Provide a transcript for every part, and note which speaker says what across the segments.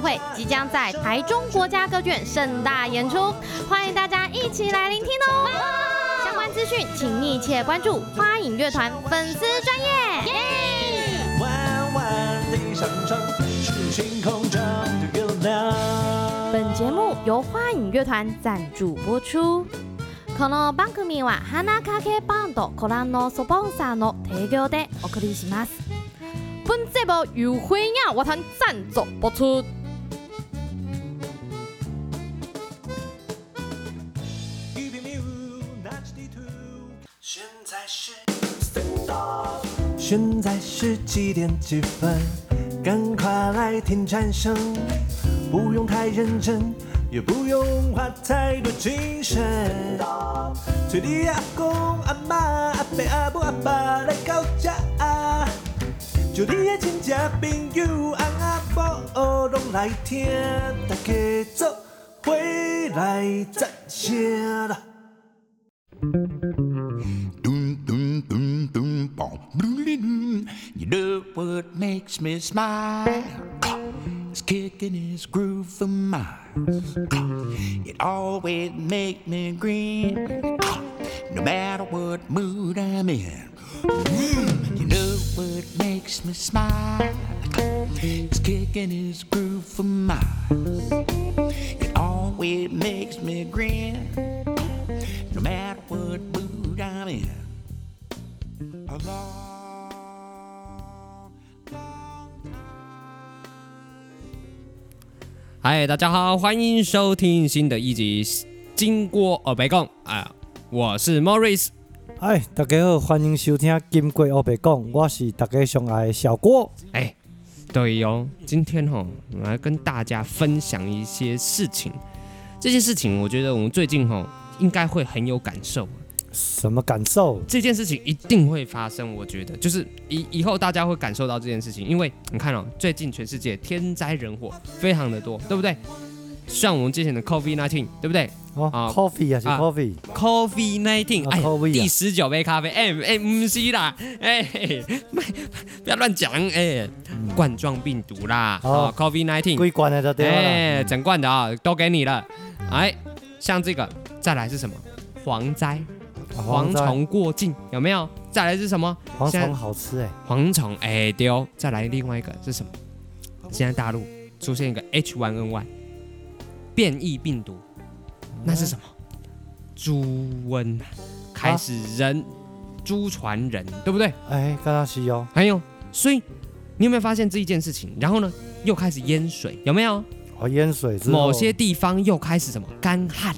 Speaker 1: 会即将在台中国家歌剧院盛大演出，欢迎大家一起来聆听哦。相关资讯请密切关注花影乐团粉丝专业。
Speaker 2: 弯弯的山川是星空中的月亮。
Speaker 1: 本节目由花影乐团赞助播出。この番組は花かけバンドコランのスポンサーの提供でお送りします。本节目由花影乐团赞助播出。
Speaker 2: 现在是现在是几点几分？赶快来听蝉声，不用太认真，也不用花太多精神。催你阿公阿妈阿伯阿母阿爸来到家，就你的亲戚朋友阿阿婆拢来听，大家做伙来赞声啦！
Speaker 3: Doom, doom, doom, doom, bom, doom, dee, doom. You know what makes me smile? It's kicking his groove for miles. It always makes me grin, no matter what mood I'm in. Mm, You know what makes me smile? It's kicking his groove for miles. It always makes me grin no matter what mood I'm in. A long, long time.
Speaker 4: 嗨，大家好，欢迎收听新的一集《金锅耳白贡》啊，我是 Morris。
Speaker 5: 嗨，大家好，欢迎收听《金贵欧白讲》，我是大家上爱的小郭。
Speaker 4: 哎，对哦，今天哦，我来跟大家分享一些事情。这些事情，我觉得我们最近哦，应该会很有感受。
Speaker 5: 什么感受？
Speaker 4: 这件事情一定会发生，我觉得就是以以后大家会感受到这件事情，因为你看哦，最近全世界天灾人祸非常的多，对不对？像我们之前的 COVID-19，对不对？
Speaker 5: 哦、
Speaker 4: 啊
Speaker 5: c o f f e e 还是
Speaker 4: 啊
Speaker 5: coffee？、
Speaker 4: Coffee nineteen，
Speaker 5: 啊
Speaker 4: 哎呀
Speaker 5: COVID 啊
Speaker 4: 第十九杯咖啡，哎哎，不是啦，哎，嘿嘿不要乱讲，哎，冠状病毒啦，
Speaker 5: 嗯
Speaker 4: 哦
Speaker 5: 哦
Speaker 4: ，Coffee nineteen，
Speaker 5: 几罐的就对了啦。
Speaker 4: 哎，整罐的啊，都给你了，哎，像这个，再来是什么？蝗灾，
Speaker 5: 啊
Speaker 4: 蝗虫过境有没有？再来是什啊么？
Speaker 5: 蝗
Speaker 4: 现在
Speaker 5: 虫好吃哎、
Speaker 4: 蝗虫，哎丢，再来另外一个是什么？现在大陆出现一个 H1N1 变异病毒，那是什么？猪瘟啊开始人、猪传人，对不对？
Speaker 5: 哎，刚刚是哦，
Speaker 4: 还有，所以你有没有发现这一件事情？然后呢，又开始淹水，有没有？
Speaker 5: 哦淹水之后，
Speaker 4: 某些地方又开始什么干旱、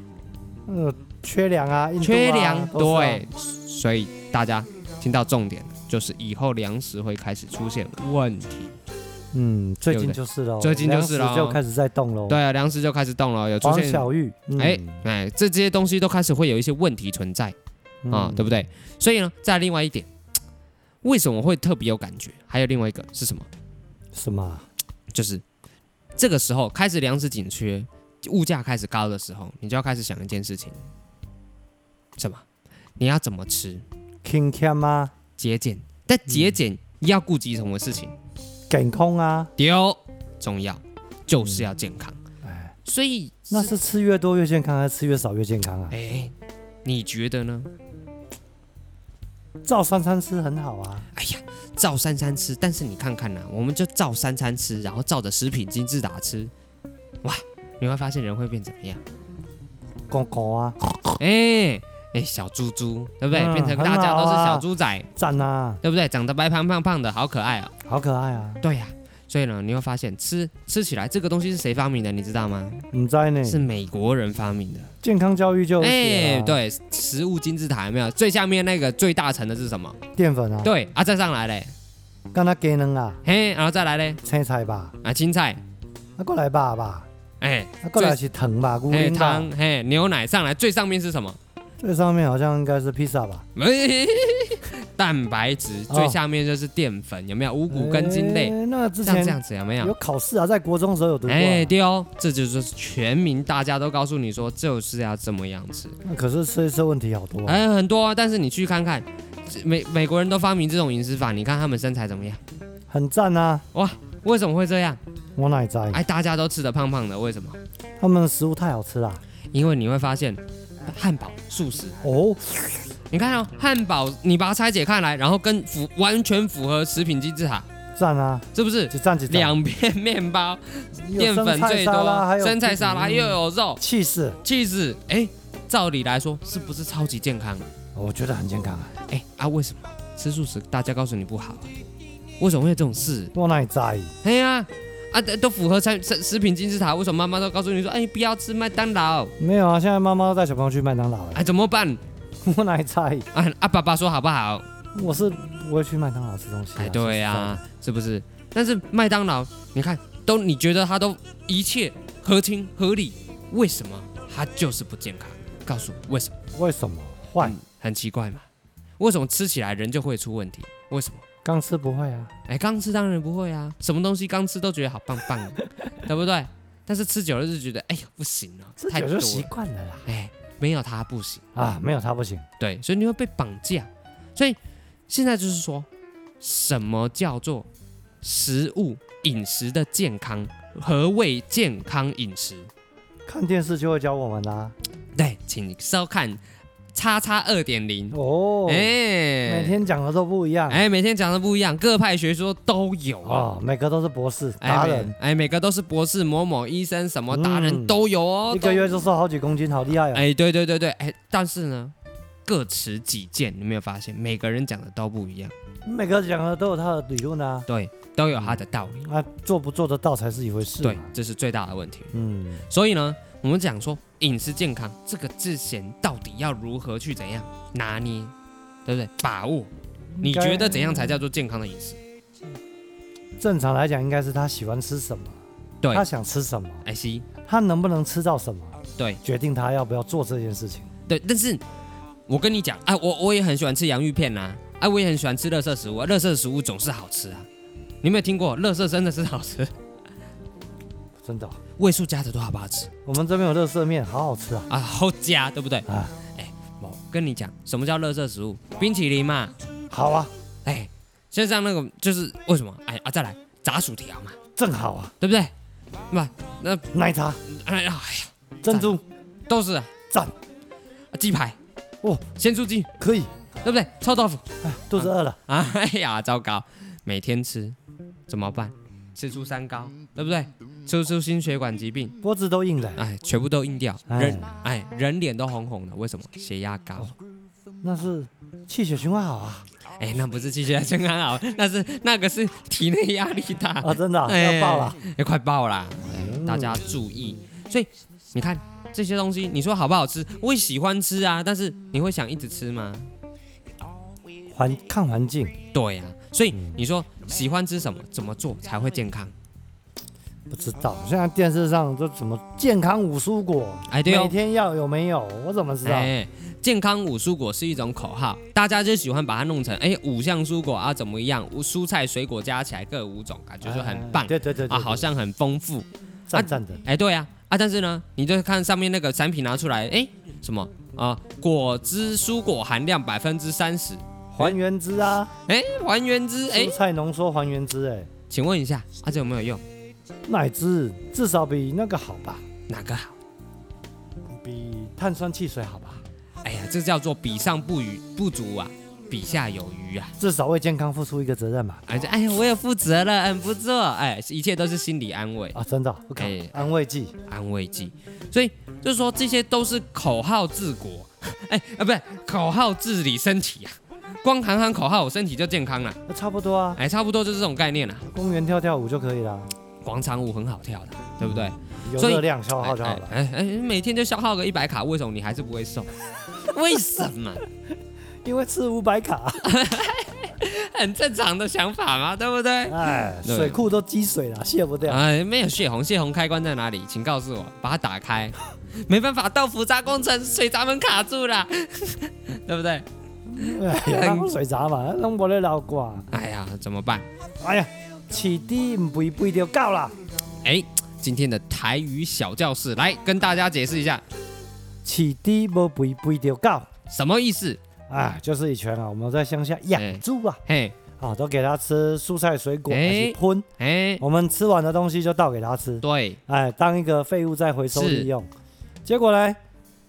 Speaker 5: 呃缺粮啊，印度啊
Speaker 4: 缺粮，
Speaker 5: 都是啊
Speaker 4: 对，所以大家听到重点了，就是以后粮食会开始出现问题。
Speaker 5: 嗯，最
Speaker 4: 对
Speaker 5: 近
Speaker 4: 不对
Speaker 5: 就是喽，
Speaker 4: 最近就是咯
Speaker 5: 粮食就开始在动喽。
Speaker 4: 对，啊，粮食就开始动了，有出
Speaker 5: 黄
Speaker 4: 现
Speaker 5: 小玉，嗯
Speaker 4: 哎哎，这这些东西都开始会有一些问题存在
Speaker 5: 嗯
Speaker 4: 啊，对不对？所以呢，再另外一点，为什么会特别有感觉？还有另外一个是什么？
Speaker 5: 什么啊？
Speaker 4: 就是这个时候开始粮食紧缺，物价开始高的时候，你就要开始想一件事情，什么？你要怎么吃？
Speaker 5: 健康啊，
Speaker 4: 节俭，但
Speaker 5: 嗯
Speaker 4: 节俭要顾及什么事情？
Speaker 5: 健康啊，
Speaker 4: 丢重要，就是要健康。所以
Speaker 5: 嗯哎那是吃越多越健康，还是吃越少越健康啊？
Speaker 4: 哎，你觉得呢？
Speaker 5: 照三餐吃很好啊。
Speaker 4: 哎呀，照三餐吃，但是你看看呐、我们就照三餐吃，然后照着食品金字塔吃，哇，你会发现人会变怎么样？
Speaker 5: 公公啊，
Speaker 4: 哎、哎、小猪猪，对不对？
Speaker 5: 嗯
Speaker 4: 变成大家都是
Speaker 5: 很好啊
Speaker 4: 小猪仔，
Speaker 5: 赞啊，
Speaker 4: 对不对？长得白胖胖胖的，好可爱哦。
Speaker 5: 好可爱啊！
Speaker 4: 对呀、所以呢，你会发现吃吃起来这个东西是谁发明的，你知道吗？
Speaker 5: 唔知呢，
Speaker 4: 是美国人发明的。
Speaker 5: 健康教育就
Speaker 4: 哎、
Speaker 5: 哎、，
Speaker 4: 对，食物金字塔有没有？最下面那个最大层的是什么？
Speaker 5: 淀粉啊，
Speaker 4: 对啊，再上来嘞，
Speaker 5: 干那鸡卵啊，
Speaker 4: 嘿，然后再来嘞，
Speaker 5: 青菜吧，
Speaker 4: 啊，青菜，
Speaker 5: 啊过来吧吧，
Speaker 4: 哎、
Speaker 5: 啊过来是糖吧，牛
Speaker 4: 嘿
Speaker 5: 奶吧，
Speaker 4: 汤嘿牛奶上来，最上面是什么？
Speaker 5: 最上面好像应该是披萨吧，
Speaker 4: 哎蛋白质，
Speaker 5: 哦
Speaker 4: 最下面就是淀粉，有没有？五谷根茎类，
Speaker 5: 哎那之
Speaker 4: 像
Speaker 5: 前
Speaker 4: 这样子有没
Speaker 5: 有
Speaker 4: 有？
Speaker 5: 考试啊，在国中的时候有读过、啊，
Speaker 4: 哎，对哦，这就是全民大家都告诉你说就是要这么样吃，
Speaker 5: 那可是吃一吃问题好多、啊，
Speaker 4: 哎，很多啊。但是你去看看，这美美国人都发明这种饮食法，你看他们身材怎么样？
Speaker 5: 很赞啊，
Speaker 4: 为什么会这样？
Speaker 5: 我哪会知？
Speaker 4: 哎，大家都吃的胖胖的，为什么？
Speaker 5: 他们的食物太好吃啦。
Speaker 4: 因为你会发现，汉堡、素食，
Speaker 5: 哦，
Speaker 4: 你看哦，汉堡你把它拆解开来，然后跟符完全符合食品金字塔，
Speaker 5: 赞啊，
Speaker 4: 是不是？
Speaker 5: 一赞一赞。
Speaker 4: 两片面包，
Speaker 5: 有
Speaker 4: 淀粉最
Speaker 5: 生菜沙拉还
Speaker 4: 多，
Speaker 5: 有
Speaker 4: 生菜沙拉又哎有肉
Speaker 5: 气势，
Speaker 4: ，cheese，哎，照理来说是不是超级健康啊？
Speaker 5: 我觉得很健康啊。
Speaker 4: 哎啊，为什么吃素食大家告诉你不好、啊？为什么会有这种事？
Speaker 5: 我哪会知？
Speaker 4: 哎呀、啊，都都符合餐食食品金字塔，为什么妈妈都告诉你说，哎，不要吃麦当劳？
Speaker 5: 没有啊，现在妈妈都带小朋友去麦当劳了。
Speaker 4: 哎，怎么办？
Speaker 5: 我哪会知？
Speaker 4: 啊啊，爸爸说好不好？
Speaker 5: 我是不会去麦当劳吃东西啊。
Speaker 4: 哎，对呀、
Speaker 5: 说实在的，
Speaker 4: 是不是？但是麦当劳，你看，都你觉得它都一切合情合理，为什么它就是不健康？告诉我为什么？
Speaker 5: 为什么？坏，
Speaker 4: 嗯很奇怪嘛？为什么吃起来人就会出问题？为什么？
Speaker 5: 刚吃不会啊。
Speaker 4: 哎，刚吃当然不会啊，什么东西刚吃都觉得好棒棒的， 对不对？但是吃久了就觉得，哎呀，不行了，
Speaker 5: 这
Speaker 4: 太
Speaker 5: 久
Speaker 4: 多了
Speaker 5: 就习惯了啦。
Speaker 4: 哎，没有它不行。
Speaker 5: 啊，没有他不行。
Speaker 4: 对，所以你会被绑架。所以现在就是说，什么叫做食物饮食的健康？何谓健康饮食？
Speaker 5: 看电视就会教我们啦、
Speaker 4: 对，请收看《叉叉二点零》。
Speaker 5: 哦，
Speaker 4: 嗯哎，
Speaker 5: 每天讲的都不一样。
Speaker 4: 哎，每天讲的不一样，各派学说都有啊。
Speaker 5: 啊哦，每个都是博士
Speaker 4: 哎
Speaker 5: 达
Speaker 4: 每
Speaker 5: 人，
Speaker 4: 哎，每个都是博士、某某医生、什么达人
Speaker 5: 嗯
Speaker 4: 都有哦。
Speaker 5: 一个
Speaker 4: 都
Speaker 5: 月就瘦好几公斤，好厉害哦！
Speaker 4: 哎，对对对对，哎，但是呢，各持己见，你有没有发现每个人讲的都不一样？
Speaker 5: 每个讲的都有他的理论啊，
Speaker 4: 对，都有他的道理。
Speaker 5: 那做不做得到嗯才是啊一回事。
Speaker 4: 对，，这是最大的问题。
Speaker 5: 嗯，
Speaker 4: 所以呢，我们讲说饮食健康这个字眼到底要如何去怎样拿捏，对不对？把握，你
Speaker 5: 应该
Speaker 4: 觉得怎样才叫做健康的饮食？
Speaker 5: 正常来讲应该是他喜欢吃什么，
Speaker 4: 对
Speaker 5: 他想吃什么，
Speaker 4: 哎西，
Speaker 5: 他能不能吃到什么，
Speaker 4: 对
Speaker 5: 决定他要不要做这件事情。
Speaker 4: 对，但是我跟你讲，哎、我我也很喜欢吃洋芋片呐、啊，哎、我也很喜欢吃垃圾食物、啊，垃圾食物总是好吃啊。你有没有听过，垃圾真的是好吃，
Speaker 5: 真的哦，
Speaker 4: 味素加的多好不好吃
Speaker 5: 我们这边有热色面，好好吃啊！
Speaker 4: 啊？好加，对不对？
Speaker 5: 啊，
Speaker 4: 我跟你讲，什么叫垃圾食物？冰淇淋嘛，
Speaker 5: 好啊，
Speaker 4: 哎，就像那个就是为什么？哎啊，再来炸薯条嘛，
Speaker 5: 正好啊，
Speaker 4: 对不对？不，那
Speaker 5: 奶茶、
Speaker 4: 哎呀，
Speaker 5: 珍珠
Speaker 4: 都是啊啊
Speaker 5: 赞
Speaker 4: 鸡排，
Speaker 5: 哦，
Speaker 4: 鲜蔬鸡，
Speaker 5: 可以，
Speaker 4: 对不对？臭豆腐，
Speaker 5: 哎肚子饿了，
Speaker 4: 哎呀，糟糕，每天吃怎么办？吃出三高，对不对？吃出心血管疾病，
Speaker 5: 脖子都硬了，
Speaker 4: 哎，全部都硬掉，
Speaker 5: 哎
Speaker 4: 人哎哦人脸都红红的，为什么？血压高，
Speaker 5: 那是气血循环好啊。
Speaker 4: 哎，那不是气血压健康好， 那是那个是体内压力大，
Speaker 5: 啊，真的啊、
Speaker 4: 哎
Speaker 5: 要爆了！
Speaker 4: 也快爆啦，哎大家注意。所以你看这些东西，你说好不好吃？我也喜欢吃啊，但是你会想一直吃吗？
Speaker 5: 环看环境，
Speaker 4: 对呀、所以你说喜欢吃什么，怎么做才会健康？
Speaker 5: 不知道现在电视上都怎么健康五蔬果，
Speaker 4: 哎对哦
Speaker 5: 每天要有没有？我怎么知道？
Speaker 4: 哎，健康五蔬果是一种口号，大家就喜欢把它弄成哎五项蔬果啊怎么样？五蔬菜水果加起来各五种，感觉就很棒
Speaker 5: 哎对对对对
Speaker 4: 啊，好像很丰富。
Speaker 5: 赞赞的。
Speaker 4: 哎，对呀、啊，但是呢，你就看上面那个产品拿出来，哎，什么啊、果汁蔬果含量百分之三十，
Speaker 5: 还原汁啊，
Speaker 4: 哎，还原汁，哎
Speaker 5: 蔬，菜浓缩还原汁，哎，
Speaker 4: 请问一下，啊，这有没有用？
Speaker 5: 奶汁至少比那个好吧，
Speaker 4: 哪个好？
Speaker 5: 比碳酸汽水好吧，
Speaker 4: 哎呀，这叫做比上不余不足啊，比下有余啊。
Speaker 5: 至少为健康付出一个责任嘛。
Speaker 4: 哎，这哎呀，我也负责了，很不错，哎，一切都是心理安慰、
Speaker 5: 啊，真的哦，OK，、
Speaker 4: 哎
Speaker 5: 安慰剂，
Speaker 4: 安慰剂。所以就是说，这些都是口号治国， 哎啊，不是口号治理身体啊。光喊喊口号，我身体就健康了，
Speaker 5: 那差不多啊，
Speaker 4: 哎，差不多就是这种概念了、
Speaker 5: 公园跳跳舞就可以啦，
Speaker 4: 广场舞很好跳的，对不对？
Speaker 5: 有
Speaker 4: 所以
Speaker 5: 热量消耗就哦好了，
Speaker 4: 哎哎哎，每天就消耗个一百卡，为什么你还是不会瘦？ 为什么？哎
Speaker 5: 因为吃五百卡，
Speaker 4: 很正常的想法嘛，对不对？
Speaker 5: 哎，
Speaker 4: 对
Speaker 5: 水库都积水了，卸不掉。
Speaker 4: 哎，没有泄洪，泄洪开关在哪里？请告诉我，把它打开。没办法，豆腐渣工程水闸门卡住了， 对不对？
Speaker 5: 哎呀，弄水闸嘛，弄无咧流挂。
Speaker 4: 哎呀，怎么办？
Speaker 5: 哎呀，饲猪唔肥肥就够啦。
Speaker 4: 哎，今天的台语小教室来跟大家解释一下
Speaker 5: 饲猪无肥肥就够。
Speaker 4: 什么意思。哎
Speaker 5: 哎，就是以前啊，我们在乡下养猪啊，
Speaker 4: 嘿，
Speaker 5: 啊，都给它吃蔬菜水果，还
Speaker 4: 哎
Speaker 5: 是喷。
Speaker 4: 哎，
Speaker 5: 我们吃完的东西就倒给它吃，
Speaker 4: 对，
Speaker 5: 哎，当一个废物再回收
Speaker 4: 是
Speaker 5: 利用。结果呢，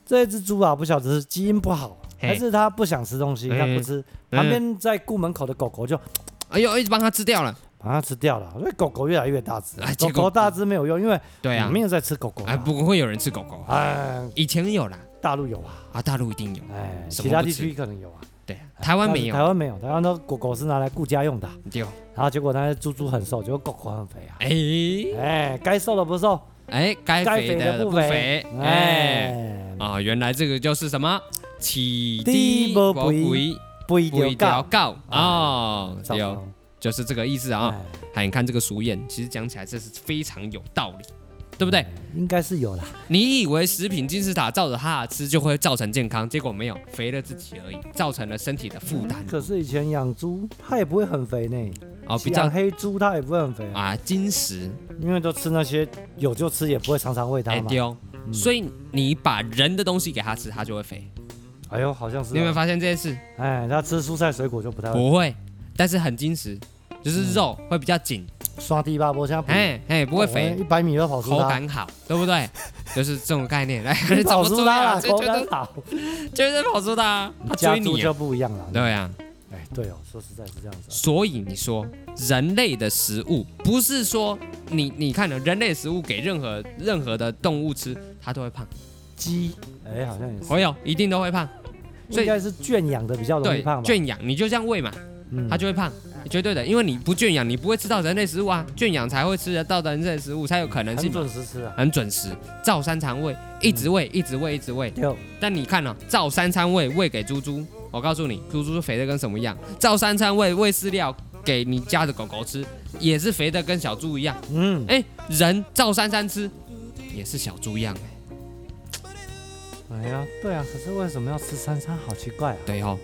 Speaker 5: 这只猪啊，不晓得是基因不好，
Speaker 4: 嘿
Speaker 5: 还是它不想吃东西，它不吃。
Speaker 4: 嗯
Speaker 5: 旁边在顾门口的狗狗就
Speaker 4: 哎呦，一直帮他吃掉了。
Speaker 5: 把它吃掉了，因为狗狗越来越大只
Speaker 4: 哎，
Speaker 5: 狗
Speaker 4: 结
Speaker 5: 狗
Speaker 4: 果
Speaker 5: 大只没有用，因为
Speaker 4: 对啊
Speaker 5: 没，有在吃狗狗啊。
Speaker 4: 哎，不会有人吃狗狗啊，
Speaker 5: 哎，
Speaker 4: 以前有啦，
Speaker 5: 大陆有啊，
Speaker 4: 啊，大陆一定有，
Speaker 5: 哎，
Speaker 4: 什
Speaker 5: 其
Speaker 4: 么
Speaker 5: 他
Speaker 4: 不
Speaker 5: 地
Speaker 4: 吃
Speaker 5: 区可能有啊，
Speaker 4: 对啊，台湾没有，
Speaker 5: 台
Speaker 4: 啊
Speaker 5: 湾没有，台湾的狗狗是拿来顾家用的啊。
Speaker 4: 对，
Speaker 5: 然后结果那些猪猪很瘦，结果狗狗很肥啊。
Speaker 4: 哎
Speaker 5: 哎，该瘦的不瘦，
Speaker 4: 哎，该
Speaker 5: 该
Speaker 4: 肥
Speaker 5: 的
Speaker 4: 的不
Speaker 5: 肥
Speaker 4: 肥，，哎
Speaker 5: 哎，
Speaker 4: 啊，原来这个就是什么？起
Speaker 5: 低
Speaker 4: 低
Speaker 5: 不
Speaker 4: 不
Speaker 5: 肥
Speaker 4: 肥，
Speaker 5: 不一
Speaker 4: 不一
Speaker 5: 定
Speaker 4: 条
Speaker 5: 要
Speaker 4: 告哦，
Speaker 5: 啊糟
Speaker 4: 对
Speaker 5: 糕
Speaker 4: 哦，就是这个意思啊。
Speaker 5: 哎
Speaker 4: 哎，你看这个俗谚，其实讲起来这是非常有道理，对不对？
Speaker 5: 应该是有啦。
Speaker 4: 你以为食品金字塔照着它吃就会造成健康，结果没有，肥了自己而已，造成了身体的负担
Speaker 5: 可是以前养猪，它也不会很肥呢。
Speaker 4: 哦，比
Speaker 5: 养
Speaker 4: 较
Speaker 5: 黑猪，它也不会很肥嗯啊，
Speaker 4: 啊金石
Speaker 5: 因为都吃那些有就吃，也不会常常喂它
Speaker 4: 哎
Speaker 5: 嘛。
Speaker 4: 丢，
Speaker 5: 嗯
Speaker 4: 所以你把人的东西给它吃，它就会肥。
Speaker 5: 哎呦，好像是哦。
Speaker 4: 你有没有发哦现这件事？
Speaker 5: 哎，它吃蔬菜水果就不太会。
Speaker 4: 不会，但是很金石，就是肉会比较紧，
Speaker 5: 刷第八波现在比
Speaker 4: 哎哎不会肥
Speaker 5: 一，百米都哦跑出
Speaker 4: 口
Speaker 5: 它，
Speaker 4: 感好，对不 对？就是这种概念。来，
Speaker 5: 你
Speaker 4: 怎
Speaker 5: 跑
Speaker 4: 么
Speaker 5: 出
Speaker 4: 追
Speaker 5: 它
Speaker 4: 啊？
Speaker 5: 了，
Speaker 4: 这
Speaker 5: 口
Speaker 4: 绝
Speaker 5: 感
Speaker 4: 对
Speaker 5: 好。
Speaker 4: 绝对跑出的啊，他
Speaker 5: 家
Speaker 4: 追
Speaker 5: 猪
Speaker 4: 你
Speaker 5: 就
Speaker 4: 啊。
Speaker 5: 不一样了。
Speaker 4: 对啊，
Speaker 5: 哎，对哦，说实在是这样子啊。
Speaker 4: 所以你说人类的食物不是说你你看了人类食物给任何任何的动物吃，它都会胖，
Speaker 5: 鸡，哎，好像也是，
Speaker 4: 会有一定都会胖。所以
Speaker 5: 应该是圈养的比较容易
Speaker 4: 对
Speaker 5: 胖，吧？
Speaker 4: 圈养你就这样喂嘛，
Speaker 5: 嗯
Speaker 4: 它就会胖，绝对的，因为你不圈养，你不会吃到人类食物啊，圈养才会吃得到人类食物，才有可能
Speaker 5: 很
Speaker 4: 性
Speaker 5: 准时吃啊。
Speaker 4: 很准时，照三餐喂，一直喂，一直喂，一直喂。
Speaker 5: 对，哦
Speaker 4: 但你看啊，照三餐喂喂给猪猪，我告诉你，猪猪肥的跟什么样？照三餐喂喂饲料给你家的狗狗吃，也是肥的跟小猪一样。
Speaker 5: 嗯，
Speaker 4: 哎，人照三餐吃，也是小猪一样。哎
Speaker 5: 哎呀，对啊，可是为什么要吃三餐？好奇怪啊！
Speaker 4: 对哦，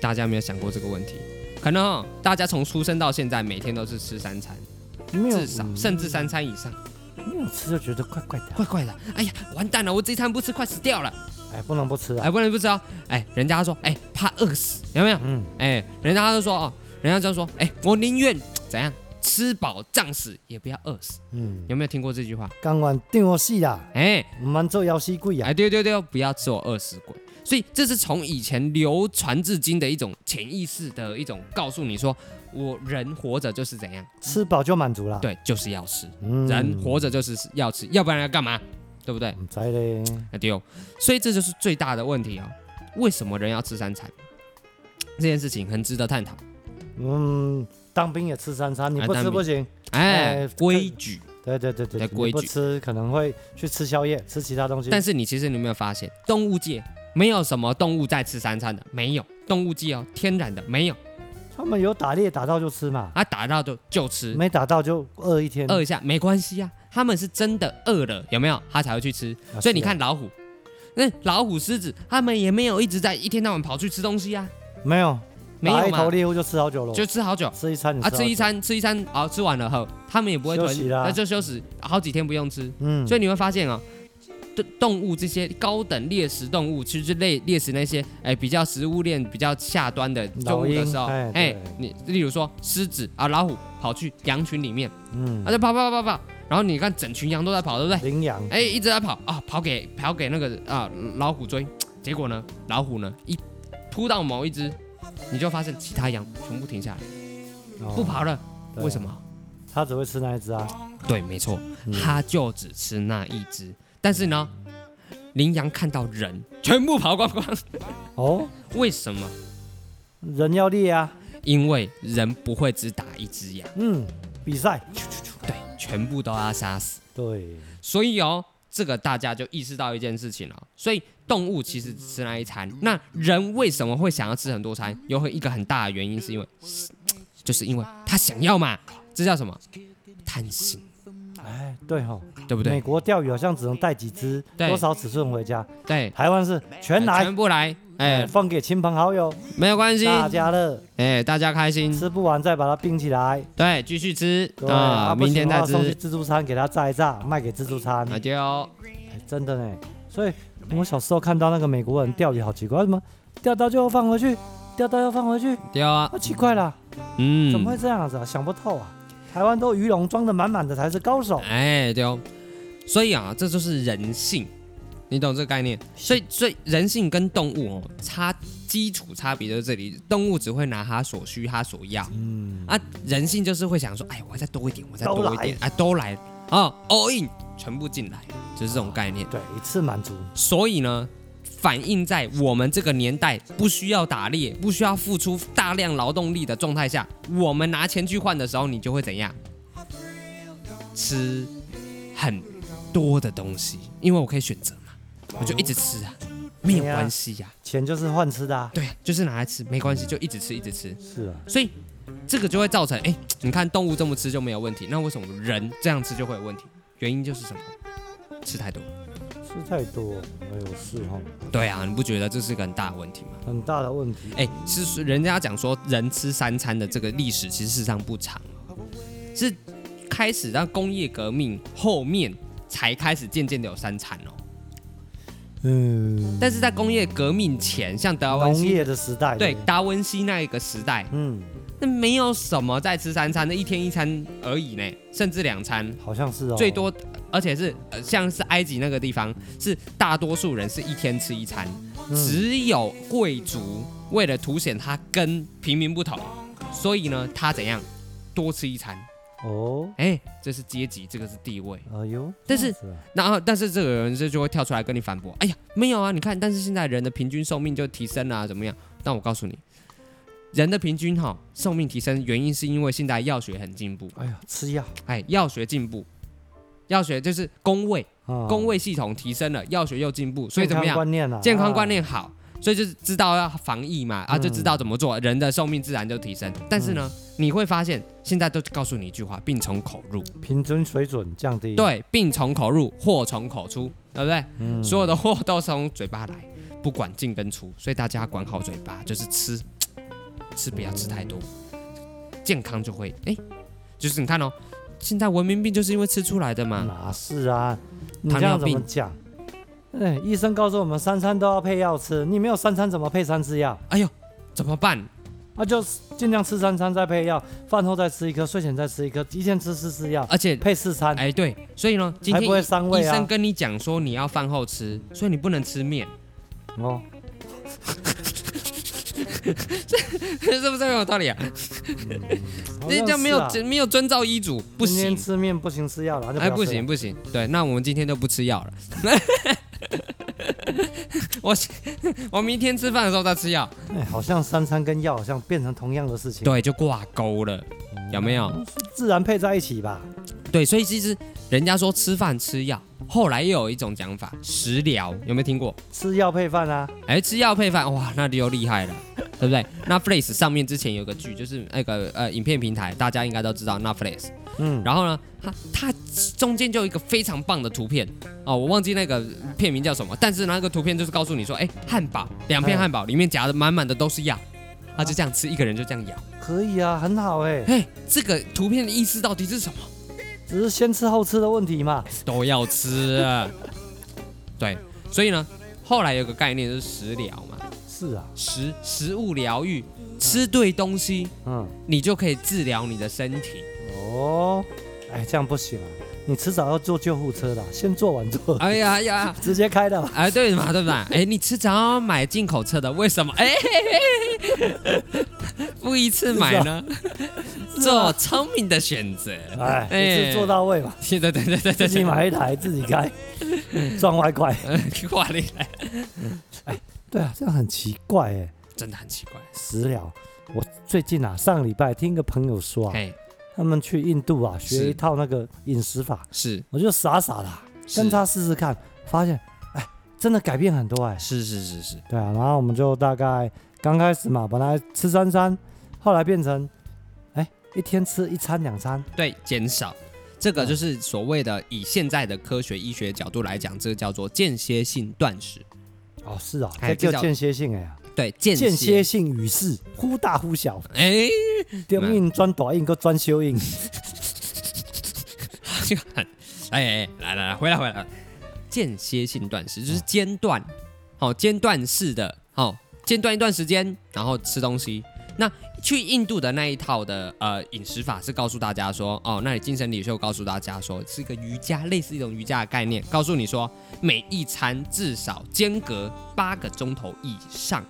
Speaker 4: 大家有没有想过这个问题？可能哦，大家从出生到现在，每天都是吃三餐，
Speaker 5: 没有，
Speaker 4: 至少
Speaker 5: 嗯
Speaker 4: 甚至三餐以上，
Speaker 5: 没有吃就觉得怪怪的啊，
Speaker 4: 怪怪的。哎呀，完蛋了，我这一餐不吃快死掉了。
Speaker 5: 哎，不能不吃啊
Speaker 4: 哎，。不能不吃哦。哎，人家说，哎，怕饿死，有没有？
Speaker 5: 嗯，
Speaker 4: 哎，人家就说哦，人家就说，哎，我宁愿怎样吃饱胀死，也不要饿死。
Speaker 5: 嗯，
Speaker 4: 有没有听过这句话？
Speaker 5: 刚完定我戏啦，
Speaker 4: 哎
Speaker 5: 唔蛮做妖死鬼啊
Speaker 4: 哎，。对对对，不要吃我饿死鬼。所以这是从以前流传至今的一种潜意识的一种告诉你说，我人活着就是怎样，
Speaker 5: 吃饱就满足了。
Speaker 4: 对，就是要吃，
Speaker 5: 啊嗯，
Speaker 4: 人活着就是要吃，要不然要干嘛？对不对？
Speaker 5: 唔知嘞，
Speaker 4: 啊对哦，所以这就是最大的问题哦。为什么人要吃三餐？这件事情很值得探讨。
Speaker 5: 嗯，当兵也吃三餐，你
Speaker 4: 哎
Speaker 5: 不吃
Speaker 4: 当兵
Speaker 5: 不行。哎
Speaker 4: 哎，规
Speaker 5: 看
Speaker 4: 矩。
Speaker 5: 对对对对，
Speaker 4: 在
Speaker 5: 你
Speaker 4: 规
Speaker 5: 不
Speaker 4: 矩
Speaker 5: 吃可能会去吃宵夜，吃其他东西。
Speaker 4: 但是你其实你有没有发现，动物界没有什么动物在吃三餐的，没有动物界哦，天然的没有
Speaker 5: 他们有打猎打到就吃嘛，
Speaker 4: 啊，打到就就吃，
Speaker 5: 没打到就饿一天。
Speaker 4: 饿一下没关系啊，他们是真的饿了，有没有？他才会去吃。
Speaker 5: 啊
Speaker 4: 所以你
Speaker 5: 是啊
Speaker 4: 看老虎，那老虎、狮子，他们也没有一直在一天到晚跑去吃东西啊，
Speaker 5: 没有？
Speaker 4: 没有
Speaker 5: 打一头
Speaker 4: 嘛，
Speaker 5: 猎物就吃好久了，
Speaker 4: 就吃好久
Speaker 5: 吃一餐你
Speaker 4: 啊，
Speaker 5: 好
Speaker 4: 吃一
Speaker 5: 久，
Speaker 4: 餐吃一餐，好、吃完了后，他们也不会
Speaker 5: 休
Speaker 4: 囤
Speaker 5: 息，啦
Speaker 4: 那就休息好几天不用吃。
Speaker 5: 嗯，
Speaker 4: 所以你会发现啊、动动物这些高等猎食动物，其实类猎食那些哎比较食物链比较下端的动物的时候，
Speaker 5: 老鹰
Speaker 4: 哎
Speaker 5: 哎对，
Speaker 4: 你例如说狮子啊、老虎跑去羊群里面，
Speaker 5: 嗯
Speaker 4: 它，就跑跑跑跑跑，然后你看整群羊都在跑，对不对？
Speaker 5: 羚羊，
Speaker 4: 哎，一直在跑啊，跑给跑给那个啊老虎追，结果呢，老虎呢一扑到某一只，你就发现其他羊全部停下来
Speaker 5: 哦
Speaker 4: 不，跑了，
Speaker 5: 对
Speaker 4: 为什么？
Speaker 5: 它只会吃那一只啊。
Speaker 4: 对，没错，
Speaker 5: 嗯
Speaker 4: 它就只吃那一只。但是呢，羚羊看到人，全部跑光光。
Speaker 5: 哦，
Speaker 4: 为什么？
Speaker 5: 人要猎啊，
Speaker 4: 因为人不会只打一只羊，
Speaker 5: 嗯，比赛，
Speaker 4: 对，全部都要杀死。
Speaker 5: 对，
Speaker 4: 所以哦，这个大家就意识到一件事情了、哦所以动物其实只吃那一餐，那人为什么会想要吃很多餐？有一个很大的原因是因为，就是因为他想要嘛，这叫什么？贪心，
Speaker 5: 哎，对吼，
Speaker 4: 对不
Speaker 5: 美
Speaker 4: 对？
Speaker 5: 国钓鱼好像只能带几只，
Speaker 4: 对
Speaker 5: 多少尺寸回家，
Speaker 4: 对，
Speaker 5: 台湾是全来，
Speaker 4: 全部来，哎，
Speaker 5: 分给亲朋好友，
Speaker 4: 没有关系，
Speaker 5: 大家乐，
Speaker 4: 哎，大家开心，
Speaker 5: 吃不完再把它冰起来，
Speaker 4: 对，继续吃
Speaker 5: 对，
Speaker 4: 啊，
Speaker 5: 不
Speaker 4: 明
Speaker 5: 行
Speaker 4: 天
Speaker 5: 的
Speaker 4: 再
Speaker 5: 话送去
Speaker 4: 吃，啊哦
Speaker 5: 自助餐给它炸一炸，卖给自助餐，
Speaker 4: 那就
Speaker 5: 哎真的呢。所以我小时候看到那个美国人钓鱼好奇怪，为什么钓到就放回去，钓到又放回去，
Speaker 4: 丢啊，
Speaker 5: 啊，奇怪啦，
Speaker 4: 嗯，
Speaker 5: 怎么会这样子啊？想不透啊！台湾都鱼笼装的满满的才是高手，
Speaker 4: 哎，对哦，所以啊，这就是人性，你懂这个概念？所以，所以人性跟动物哦，差基础差别就是这里，动物只会拿它所需，它所要，嗯啊，人性就是会想说，哎，我再多一点，我再
Speaker 5: 都
Speaker 4: 多一
Speaker 5: 来
Speaker 4: 点，啊，都来啊，all in，全部进来，就是这种概念。
Speaker 5: 对，一次满足，
Speaker 4: 所以呢，反映在我们这个年代不需要打猎、不需要付出大量劳动力的状态下，我们拿钱去换的时候，你就会怎样？吃很多的东西，因为我可以选择嘛，我就一直吃啊，没有关系呀、
Speaker 5: 钱就是换吃的、啊。
Speaker 4: 对啊，就是拿来吃，没关系，就一直吃，一直吃。
Speaker 5: 是啊，
Speaker 4: 所以这个就会造成，哎、你看动物这么吃就没有问题，那为什么人这样吃就会有问题？原因就是什么？吃太多。
Speaker 5: 吃太多，哎呦是哈，
Speaker 4: 对啊，你不觉得这是个很大的问题吗？
Speaker 5: 很大的问题。
Speaker 4: 哎、是是人家讲说人吃三餐的这个历史，其实事实上不长，是开始到工业革命后面才开始渐渐的有三餐哦。
Speaker 5: 嗯，
Speaker 4: 但是在工业革命前，像达文
Speaker 5: 农
Speaker 4: 西
Speaker 5: 业的时代，
Speaker 4: 对达文西那一个时代，
Speaker 5: 嗯，
Speaker 4: 那没有什么在吃三餐，那一天一餐而已呢，甚至两餐，
Speaker 5: 好像是哦，
Speaker 4: 最多而且是、呃像是埃及那个地方，是大多数人是一天吃一餐，
Speaker 5: 嗯
Speaker 4: 只有贵族为了凸显他跟平民不同，所以呢，他怎样多吃一餐？
Speaker 5: 哦，
Speaker 4: 哎，这是阶级，这个是地位。
Speaker 5: 哎呦，
Speaker 4: 但是
Speaker 5: 这样子啊
Speaker 4: 然后，但是这个人就就会跳出来跟你反驳：“哎呀，没有啊，你看，但是现在人的平均寿命就提升了、啊，怎么样？”但我告诉你，人的平均哈、寿命提升，原因是因为现在药学很进步，
Speaker 5: 哎呀，吃药
Speaker 4: 哎，药学进步，药学就是工位，
Speaker 5: 啊，
Speaker 4: 工位系统提升了，药学又进步，所以怎么
Speaker 5: 健康
Speaker 4: 样？
Speaker 5: 观念啊，
Speaker 4: 健康
Speaker 5: 啊
Speaker 4: 观念好，所以就是知道要防疫嘛，啊，
Speaker 5: 嗯
Speaker 4: 就知道怎么做，人的寿命自然就提升。但是呢，你会发现现在都告诉你一句话：病从口入，
Speaker 5: 平均水准降低，，
Speaker 4: 对，病从口入，祸从口出，对不对？
Speaker 5: 嗯
Speaker 4: 所有的祸都从嘴巴来，不管进跟出，所以大家管好嘴巴，就是吃，吃不要吃太多，健康就会哎，就是你看哦，现在文明病就是因为吃出来的嘛，
Speaker 5: 哪是啊？你
Speaker 4: 糖
Speaker 5: 这
Speaker 4: 尿
Speaker 5: 样怎么
Speaker 4: 病
Speaker 5: 讲？哎，医生告诉我们三餐都要配药吃，你没有三餐怎么配三次药？
Speaker 4: 哎呦，怎么办？
Speaker 5: 啊，就是尽量吃三餐再配药，饭后再吃一颗，睡前再吃一颗，一天吃四次药，
Speaker 4: 而且
Speaker 5: 配四餐，
Speaker 4: 哎，对，所以呢，今
Speaker 5: 还
Speaker 4: 天
Speaker 5: 不会
Speaker 4: 医
Speaker 5: 伤胃
Speaker 4: 医生
Speaker 5: 啊。
Speaker 4: 跟你讲说你要饭后吃，所以你不能吃面，
Speaker 5: 哦，
Speaker 4: 是不是很有道理啊？
Speaker 5: 好
Speaker 4: 这
Speaker 5: 像
Speaker 4: 叫没有
Speaker 5: 是啊
Speaker 4: 没有遵照医嘱，不
Speaker 5: 今
Speaker 4: 行
Speaker 5: 天，吃面不行，吃药了，那就
Speaker 4: 哎，
Speaker 5: 要
Speaker 4: 不
Speaker 5: 吃
Speaker 4: 行
Speaker 5: 了，
Speaker 4: 不行，对，那我们今天就不吃药了。 我我明天吃饭的时候再吃药，
Speaker 5: 哎，好像三餐跟药好像变成同样的事情，
Speaker 4: 对，就挂钩了，有没有？
Speaker 5: 自然配在一起吧。
Speaker 4: 对，所以其实人家说吃饭吃药，后来又有一种讲法，食疗，有没有听过？
Speaker 5: 吃药配饭啊，
Speaker 4: 哎，吃药配饭，哇，那就厉害了， 对不对？那 f l a c e 上面之前有个剧，就是那个呃影片平台，大家应该都知道那 f l a c e
Speaker 5: 嗯，
Speaker 4: 然后呢，它它中间就有一个非常棒的图片哦，我忘记那个片名叫什么，但是那个图片就是告诉你说，哎，汉堡两片汉堡里面夹的满满的都是药，他就这样吃，一个人就这样咬。
Speaker 5: 可以啊，很好哎，
Speaker 4: 哎，这个图片的意思到底是什么？
Speaker 5: 只是先吃后吃的问题嘛。
Speaker 4: 都要吃啊。对，所以呢，后来有个概念就是食疗嘛。
Speaker 5: 是啊，
Speaker 4: 食食物疗愈，吃对东西，
Speaker 5: 嗯，
Speaker 4: 你就可以治疗你的身体。
Speaker 5: 哦，哎，这样不行啊，你迟早要坐救护车的，先做完做，
Speaker 4: 哎呀呀，
Speaker 5: 直接开的嘛。
Speaker 4: 哎对嘛对嘛，哎你迟早要买进口车的，为什么？哎，不一次买呢，
Speaker 5: 啊
Speaker 4: 做聪明的选择。
Speaker 5: 哎，一次做到位嘛，
Speaker 4: 对对对对对
Speaker 5: 自己
Speaker 4: 对，
Speaker 5: 买一台自己开，赚外快。
Speaker 4: 话里来
Speaker 5: 对啊，这样很奇怪哎，
Speaker 4: 真的很奇怪。
Speaker 5: 食疗。我最近啊，上礼拜听个朋友说啊，
Speaker 4: 哎，
Speaker 5: 他们去印度啊，
Speaker 4: 是
Speaker 5: 学一套那个饮食法，
Speaker 4: 是
Speaker 5: 我就傻傻的啊
Speaker 4: 是
Speaker 5: 跟他试试看，发现哎，真的改变很多哎。
Speaker 4: 是是是是，
Speaker 5: 对啊，然后我们就大概刚开始嘛，本来吃三餐，后来变成哎一天吃一餐两餐，
Speaker 4: 对，减少。这个就是所谓的以现在的科学医学角度来讲，这个叫做间歇性断食。
Speaker 5: 哦是啊，
Speaker 4: 哎这
Speaker 5: 这就
Speaker 4: 叫
Speaker 5: 间歇性哎呀，
Speaker 4: 对，间
Speaker 5: 间歇性语势忽大忽小，
Speaker 4: 哎，
Speaker 5: 丢硬转短硬，搁转修硬，
Speaker 4: 这个很， 哎哎，来来来，回来回来，间歇性断食就是间断，好、间断式的，好、间断一段时间，然后吃东西。那去印度的那一套的呃饮食法是告诉大家说，哦，那里精神领袖告诉大家说，是一个瑜伽，类似一种瑜伽的概念，告诉你说每一餐至少间隔八个钟头以上，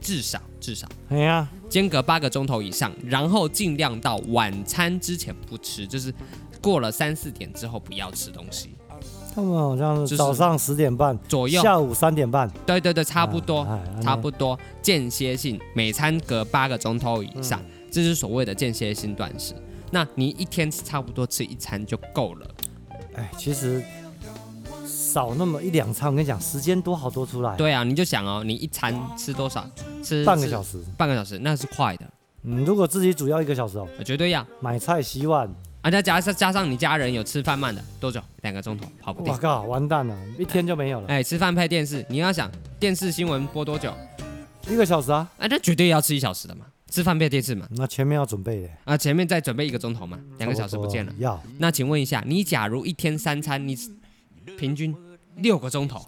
Speaker 4: 至少至少
Speaker 5: 哎呀，
Speaker 4: 间隔八个钟头以上，然后尽量到晚餐之前不吃，就是过了三四点之后不要吃东西，
Speaker 5: 他们好像
Speaker 4: 就是是
Speaker 5: 早上十点半，
Speaker 4: 左右
Speaker 5: 下午三点半，
Speaker 4: 对对对，差不多，
Speaker 5: 啊哎
Speaker 4: 差不多间歇性，每餐隔八个钟头以
Speaker 5: 嗯
Speaker 4: 上，这是所谓的间歇性断食。那你一天差不多吃一餐就够了。
Speaker 5: 哎，其实少那么一两餐，我跟你讲，时间多好多出来，
Speaker 4: 对啊，你就想哦，你一餐吃多少？吃
Speaker 5: 哎半个
Speaker 4: 时，
Speaker 5: 小时。
Speaker 4: 半个小时那是快的，
Speaker 5: 嗯，如果自己煮要一个小时哦，
Speaker 4: 绝对要。
Speaker 5: 买菜、洗碗，
Speaker 4: 啊，再加上加上你家人有吃饭慢的，多久？两个钟头跑不
Speaker 5: 我
Speaker 4: 掉。
Speaker 5: 靠，完蛋了，一天就没有了，
Speaker 4: 哎，吃饭配电视，你要想电视新闻播多久？
Speaker 5: 一个小时啊，
Speaker 4: 啊，那绝对要吃一小时的嘛，吃饭配电视嘛。
Speaker 5: 那前面要准备的，
Speaker 4: 啊，前面再准备一个钟头嘛，两个小时不见了。
Speaker 5: 要
Speaker 4: 那请问一下，你假如一天三餐，你平均六个钟头，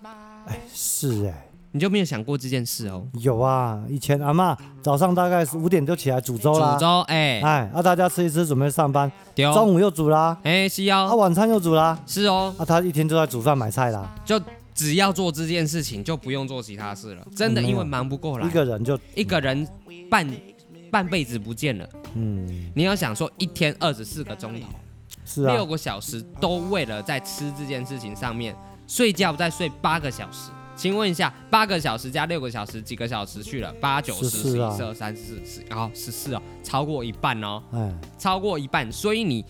Speaker 5: 是哎，
Speaker 4: 你就没有想过这件事哦？
Speaker 5: 有啊，以前阿嬷早上大概是五点就起来煮粥啦
Speaker 4: 煮，粥，哎、
Speaker 5: 哎，啊大家吃一吃，准备上班，
Speaker 4: 丢、
Speaker 5: 中午又煮啦，
Speaker 4: 哎，西
Speaker 5: 啊
Speaker 4: 腰，
Speaker 5: 晚餐又煮啦，
Speaker 4: 是哦，
Speaker 5: 啊他一天就在煮饭买菜啦，
Speaker 4: 就只要做这件事情，就不用做其他事了。真的，
Speaker 5: 嗯没有
Speaker 4: 因为忙不过来，
Speaker 5: 一个人就
Speaker 4: 一个人半半辈子不见了。
Speaker 5: 嗯
Speaker 4: 你要想说，一天二十四个钟头，
Speaker 5: 是啊
Speaker 4: 六、，个小时都为了在吃这件事情上面，睡觉再睡八个小时。请问一下，八个小时加六个小时，几个小时去了？八九十十
Speaker 5: 14
Speaker 4: 一
Speaker 5: 啊
Speaker 4: 十二三四十，哦，十四哦，超过一半哦，
Speaker 5: 哎
Speaker 4: 超过一半。所以你，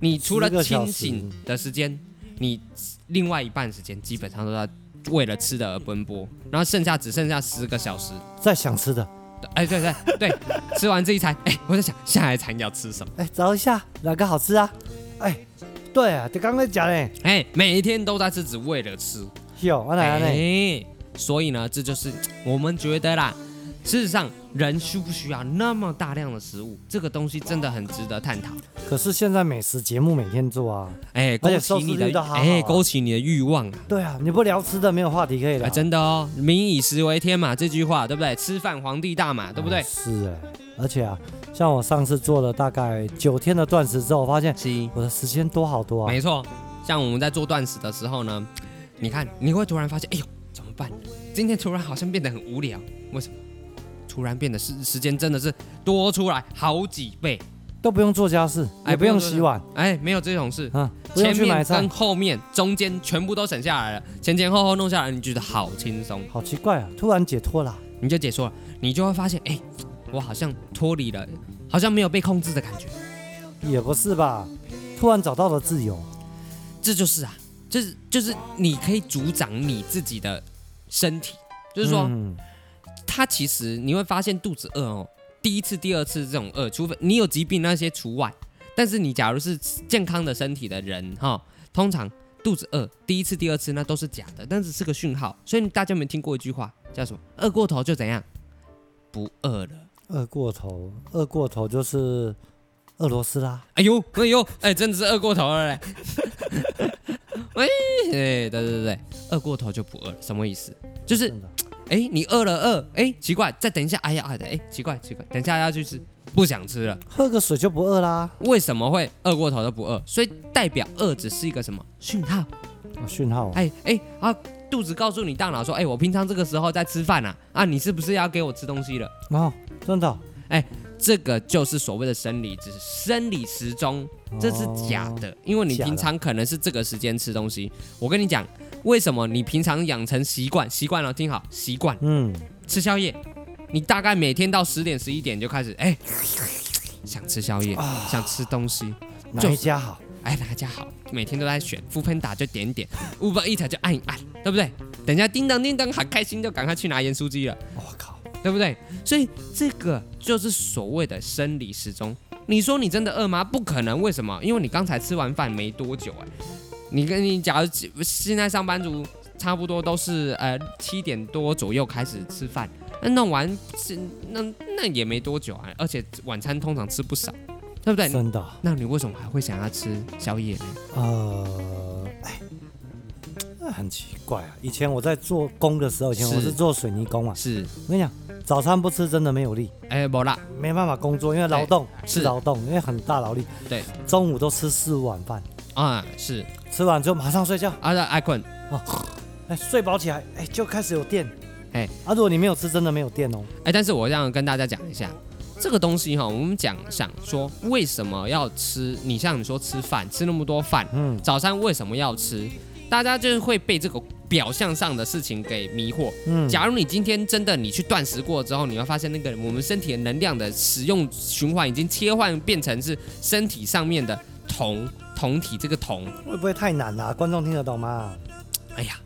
Speaker 4: 你除了
Speaker 5: 10个小
Speaker 4: 清
Speaker 5: 时
Speaker 4: 醒的时间，你另外一半时间基本上都在为了吃的而奔波，然后剩下只剩下十个小时。
Speaker 5: 在想吃的，
Speaker 4: 哎，对对对，吃完这一餐，哎，我在想下一餐要吃什么。
Speaker 5: 哎找一下哪个好吃啊，哎对啊，就刚才讲嘞，
Speaker 4: 哎，每一天都在吃，只为了吃。
Speaker 5: 有啊哪哪
Speaker 4: 哎，所以呢，这就是我们觉得啦。事实上，人需不需要那么大量的食物？这个东西真的很值得探讨。
Speaker 5: 可是现在美食节目每天做啊，
Speaker 4: 哎，
Speaker 5: 而且
Speaker 4: 勾起
Speaker 5: 收视
Speaker 4: 你
Speaker 5: 率
Speaker 4: 的
Speaker 5: 都好好
Speaker 4: 哎，
Speaker 5: 啊
Speaker 4: 勾起你的欲望啊！
Speaker 5: 对啊，你不聊吃的没有话题可以
Speaker 4: 啊
Speaker 5: 聊，
Speaker 4: 真的哦，民以食为天嘛，这句话对不对？吃饭皇帝大嘛，对不对？
Speaker 5: 是哎、而且啊，像我上次做了大概九天的断食之后，发现
Speaker 4: 是，
Speaker 5: 我的时间多好多啊
Speaker 4: 没，错。像我们在做断食的时候呢，你看你会突然发现，哎呦，怎么办？今天突然好像变得很无聊，为什么？突然变得时时间真的是多出来好几倍，
Speaker 5: 都不用做家事，
Speaker 4: 哎
Speaker 5: 也不用
Speaker 4: 不用做
Speaker 5: 洗碗
Speaker 4: 哎，没有这种事。
Speaker 5: 啊，不用
Speaker 4: 前
Speaker 5: 去买
Speaker 4: 面
Speaker 5: 菜
Speaker 4: 跟，后面中间全部都省下来了，前前后后弄下来，你觉得好轻松，
Speaker 5: 好奇怪啊，突然解脱了，
Speaker 4: 你就解说了，你就会发现，哎、我好像脱离了，好像没有被控制的感觉。
Speaker 5: 也不是吧，突然找到了自由，
Speaker 4: 这就是啊，就是就是你可以主掌你自己的身体，就是啊说，
Speaker 5: 嗯
Speaker 4: 它其实你会发现肚子饿哦，第一次、第二次这种饿，除非你有疾病那些除外，但是你假如是健康的身体的人哈、通常肚子饿第一次、第二次那都是假的，但只是个讯号。所以大家有没有听过一句话叫什么？饿过头就怎样？不饿了。
Speaker 5: 饿过头，饿过头就是俄罗斯啦，
Speaker 4: 哎呦，哎呦，哎，真的是饿过头了嘞！ 喂，哎，对对对对，饿过头就不饿了，什么意思？就是
Speaker 5: 真的
Speaker 4: 哎，你饿了饿，哎，奇怪，再等一下，哎呀，哎的，哎，奇怪奇怪，等一下哎要去吃，不想吃了，
Speaker 5: 喝个水就不饿啦，
Speaker 4: 为什么会饿过头都不饿？所以代表饿只是一个什么讯号？
Speaker 5: 啊讯号啊，
Speaker 4: 哎哎啊，肚子告诉你大脑说，哎，我平常这个时候在吃饭啊，啊，你是不是要给我吃东西了？
Speaker 5: 哦，真的哦，
Speaker 4: 这个就是所谓的生理，只是生理时钟，这是假的，因为你
Speaker 5: 假的
Speaker 4: 平常可能是这个时间吃东西。我跟你讲，为什么你平常养成习惯，习惯了，哦听好，习惯
Speaker 5: 嗯，
Speaker 4: 吃宵夜，你大概每天到十点十一点就开始，哎，想吃宵夜，想吃东西，
Speaker 5: 哪
Speaker 4: 就
Speaker 5: 一家好？
Speaker 4: 哎，大家好，每天都在选，富喷打就点一点，Uber Eat 就按一按，对不对？等一下叮当叮当，好开心，就赶快去拿盐酥鸡了，
Speaker 5: 我靠，
Speaker 4: 对不对？所以这个就是所谓的生理时钟。你说你真的饿吗？不可能，为什么？因为你刚才吃完饭没多久、哎，你跟你假如现在上班族差不多都是呃七点多左右开始吃饭，那弄完是那那也没多久啊，而且晚餐通常吃不少，对不对？
Speaker 5: 真的哦。
Speaker 4: 那你为什么还会想要吃宵夜呢？
Speaker 5: 呃，哎，这很奇怪啊！以前我在做工的时候，以前
Speaker 4: 是
Speaker 5: 我是做水泥工嘛，
Speaker 4: 是，
Speaker 5: 我跟你讲，早餐不吃真的没有力，
Speaker 4: 哎、没啦，
Speaker 5: 没办法工作，因为劳动
Speaker 4: 是
Speaker 5: 是劳动，因为很大劳力。
Speaker 4: 对，
Speaker 5: 中午都吃四五碗饭，
Speaker 4: 啊、是，
Speaker 5: 吃完之后马上睡觉，
Speaker 4: 啊，那爱困，
Speaker 5: 哎，睡饱起来，哎，就开始有电。
Speaker 4: 哎
Speaker 5: 啊，如果你没有吃，真的没有电哦。
Speaker 4: 哎、但是我这样跟大家讲一下，这个东西哈，我们讲想说为什么要吃？你像你说吃饭，吃那么多饭，
Speaker 5: 嗯，
Speaker 4: 早餐为什么要吃？大家就是会被这个表象上的事情给迷惑。
Speaker 5: 嗯
Speaker 4: 假如你今天真的你去断食过之后，你会发现那个我们身体的能量的使用循环已经切换变成是身体上面的酮酮体这个酮。
Speaker 5: 会不会太难啦、观众听得懂吗？
Speaker 4: 哎呀，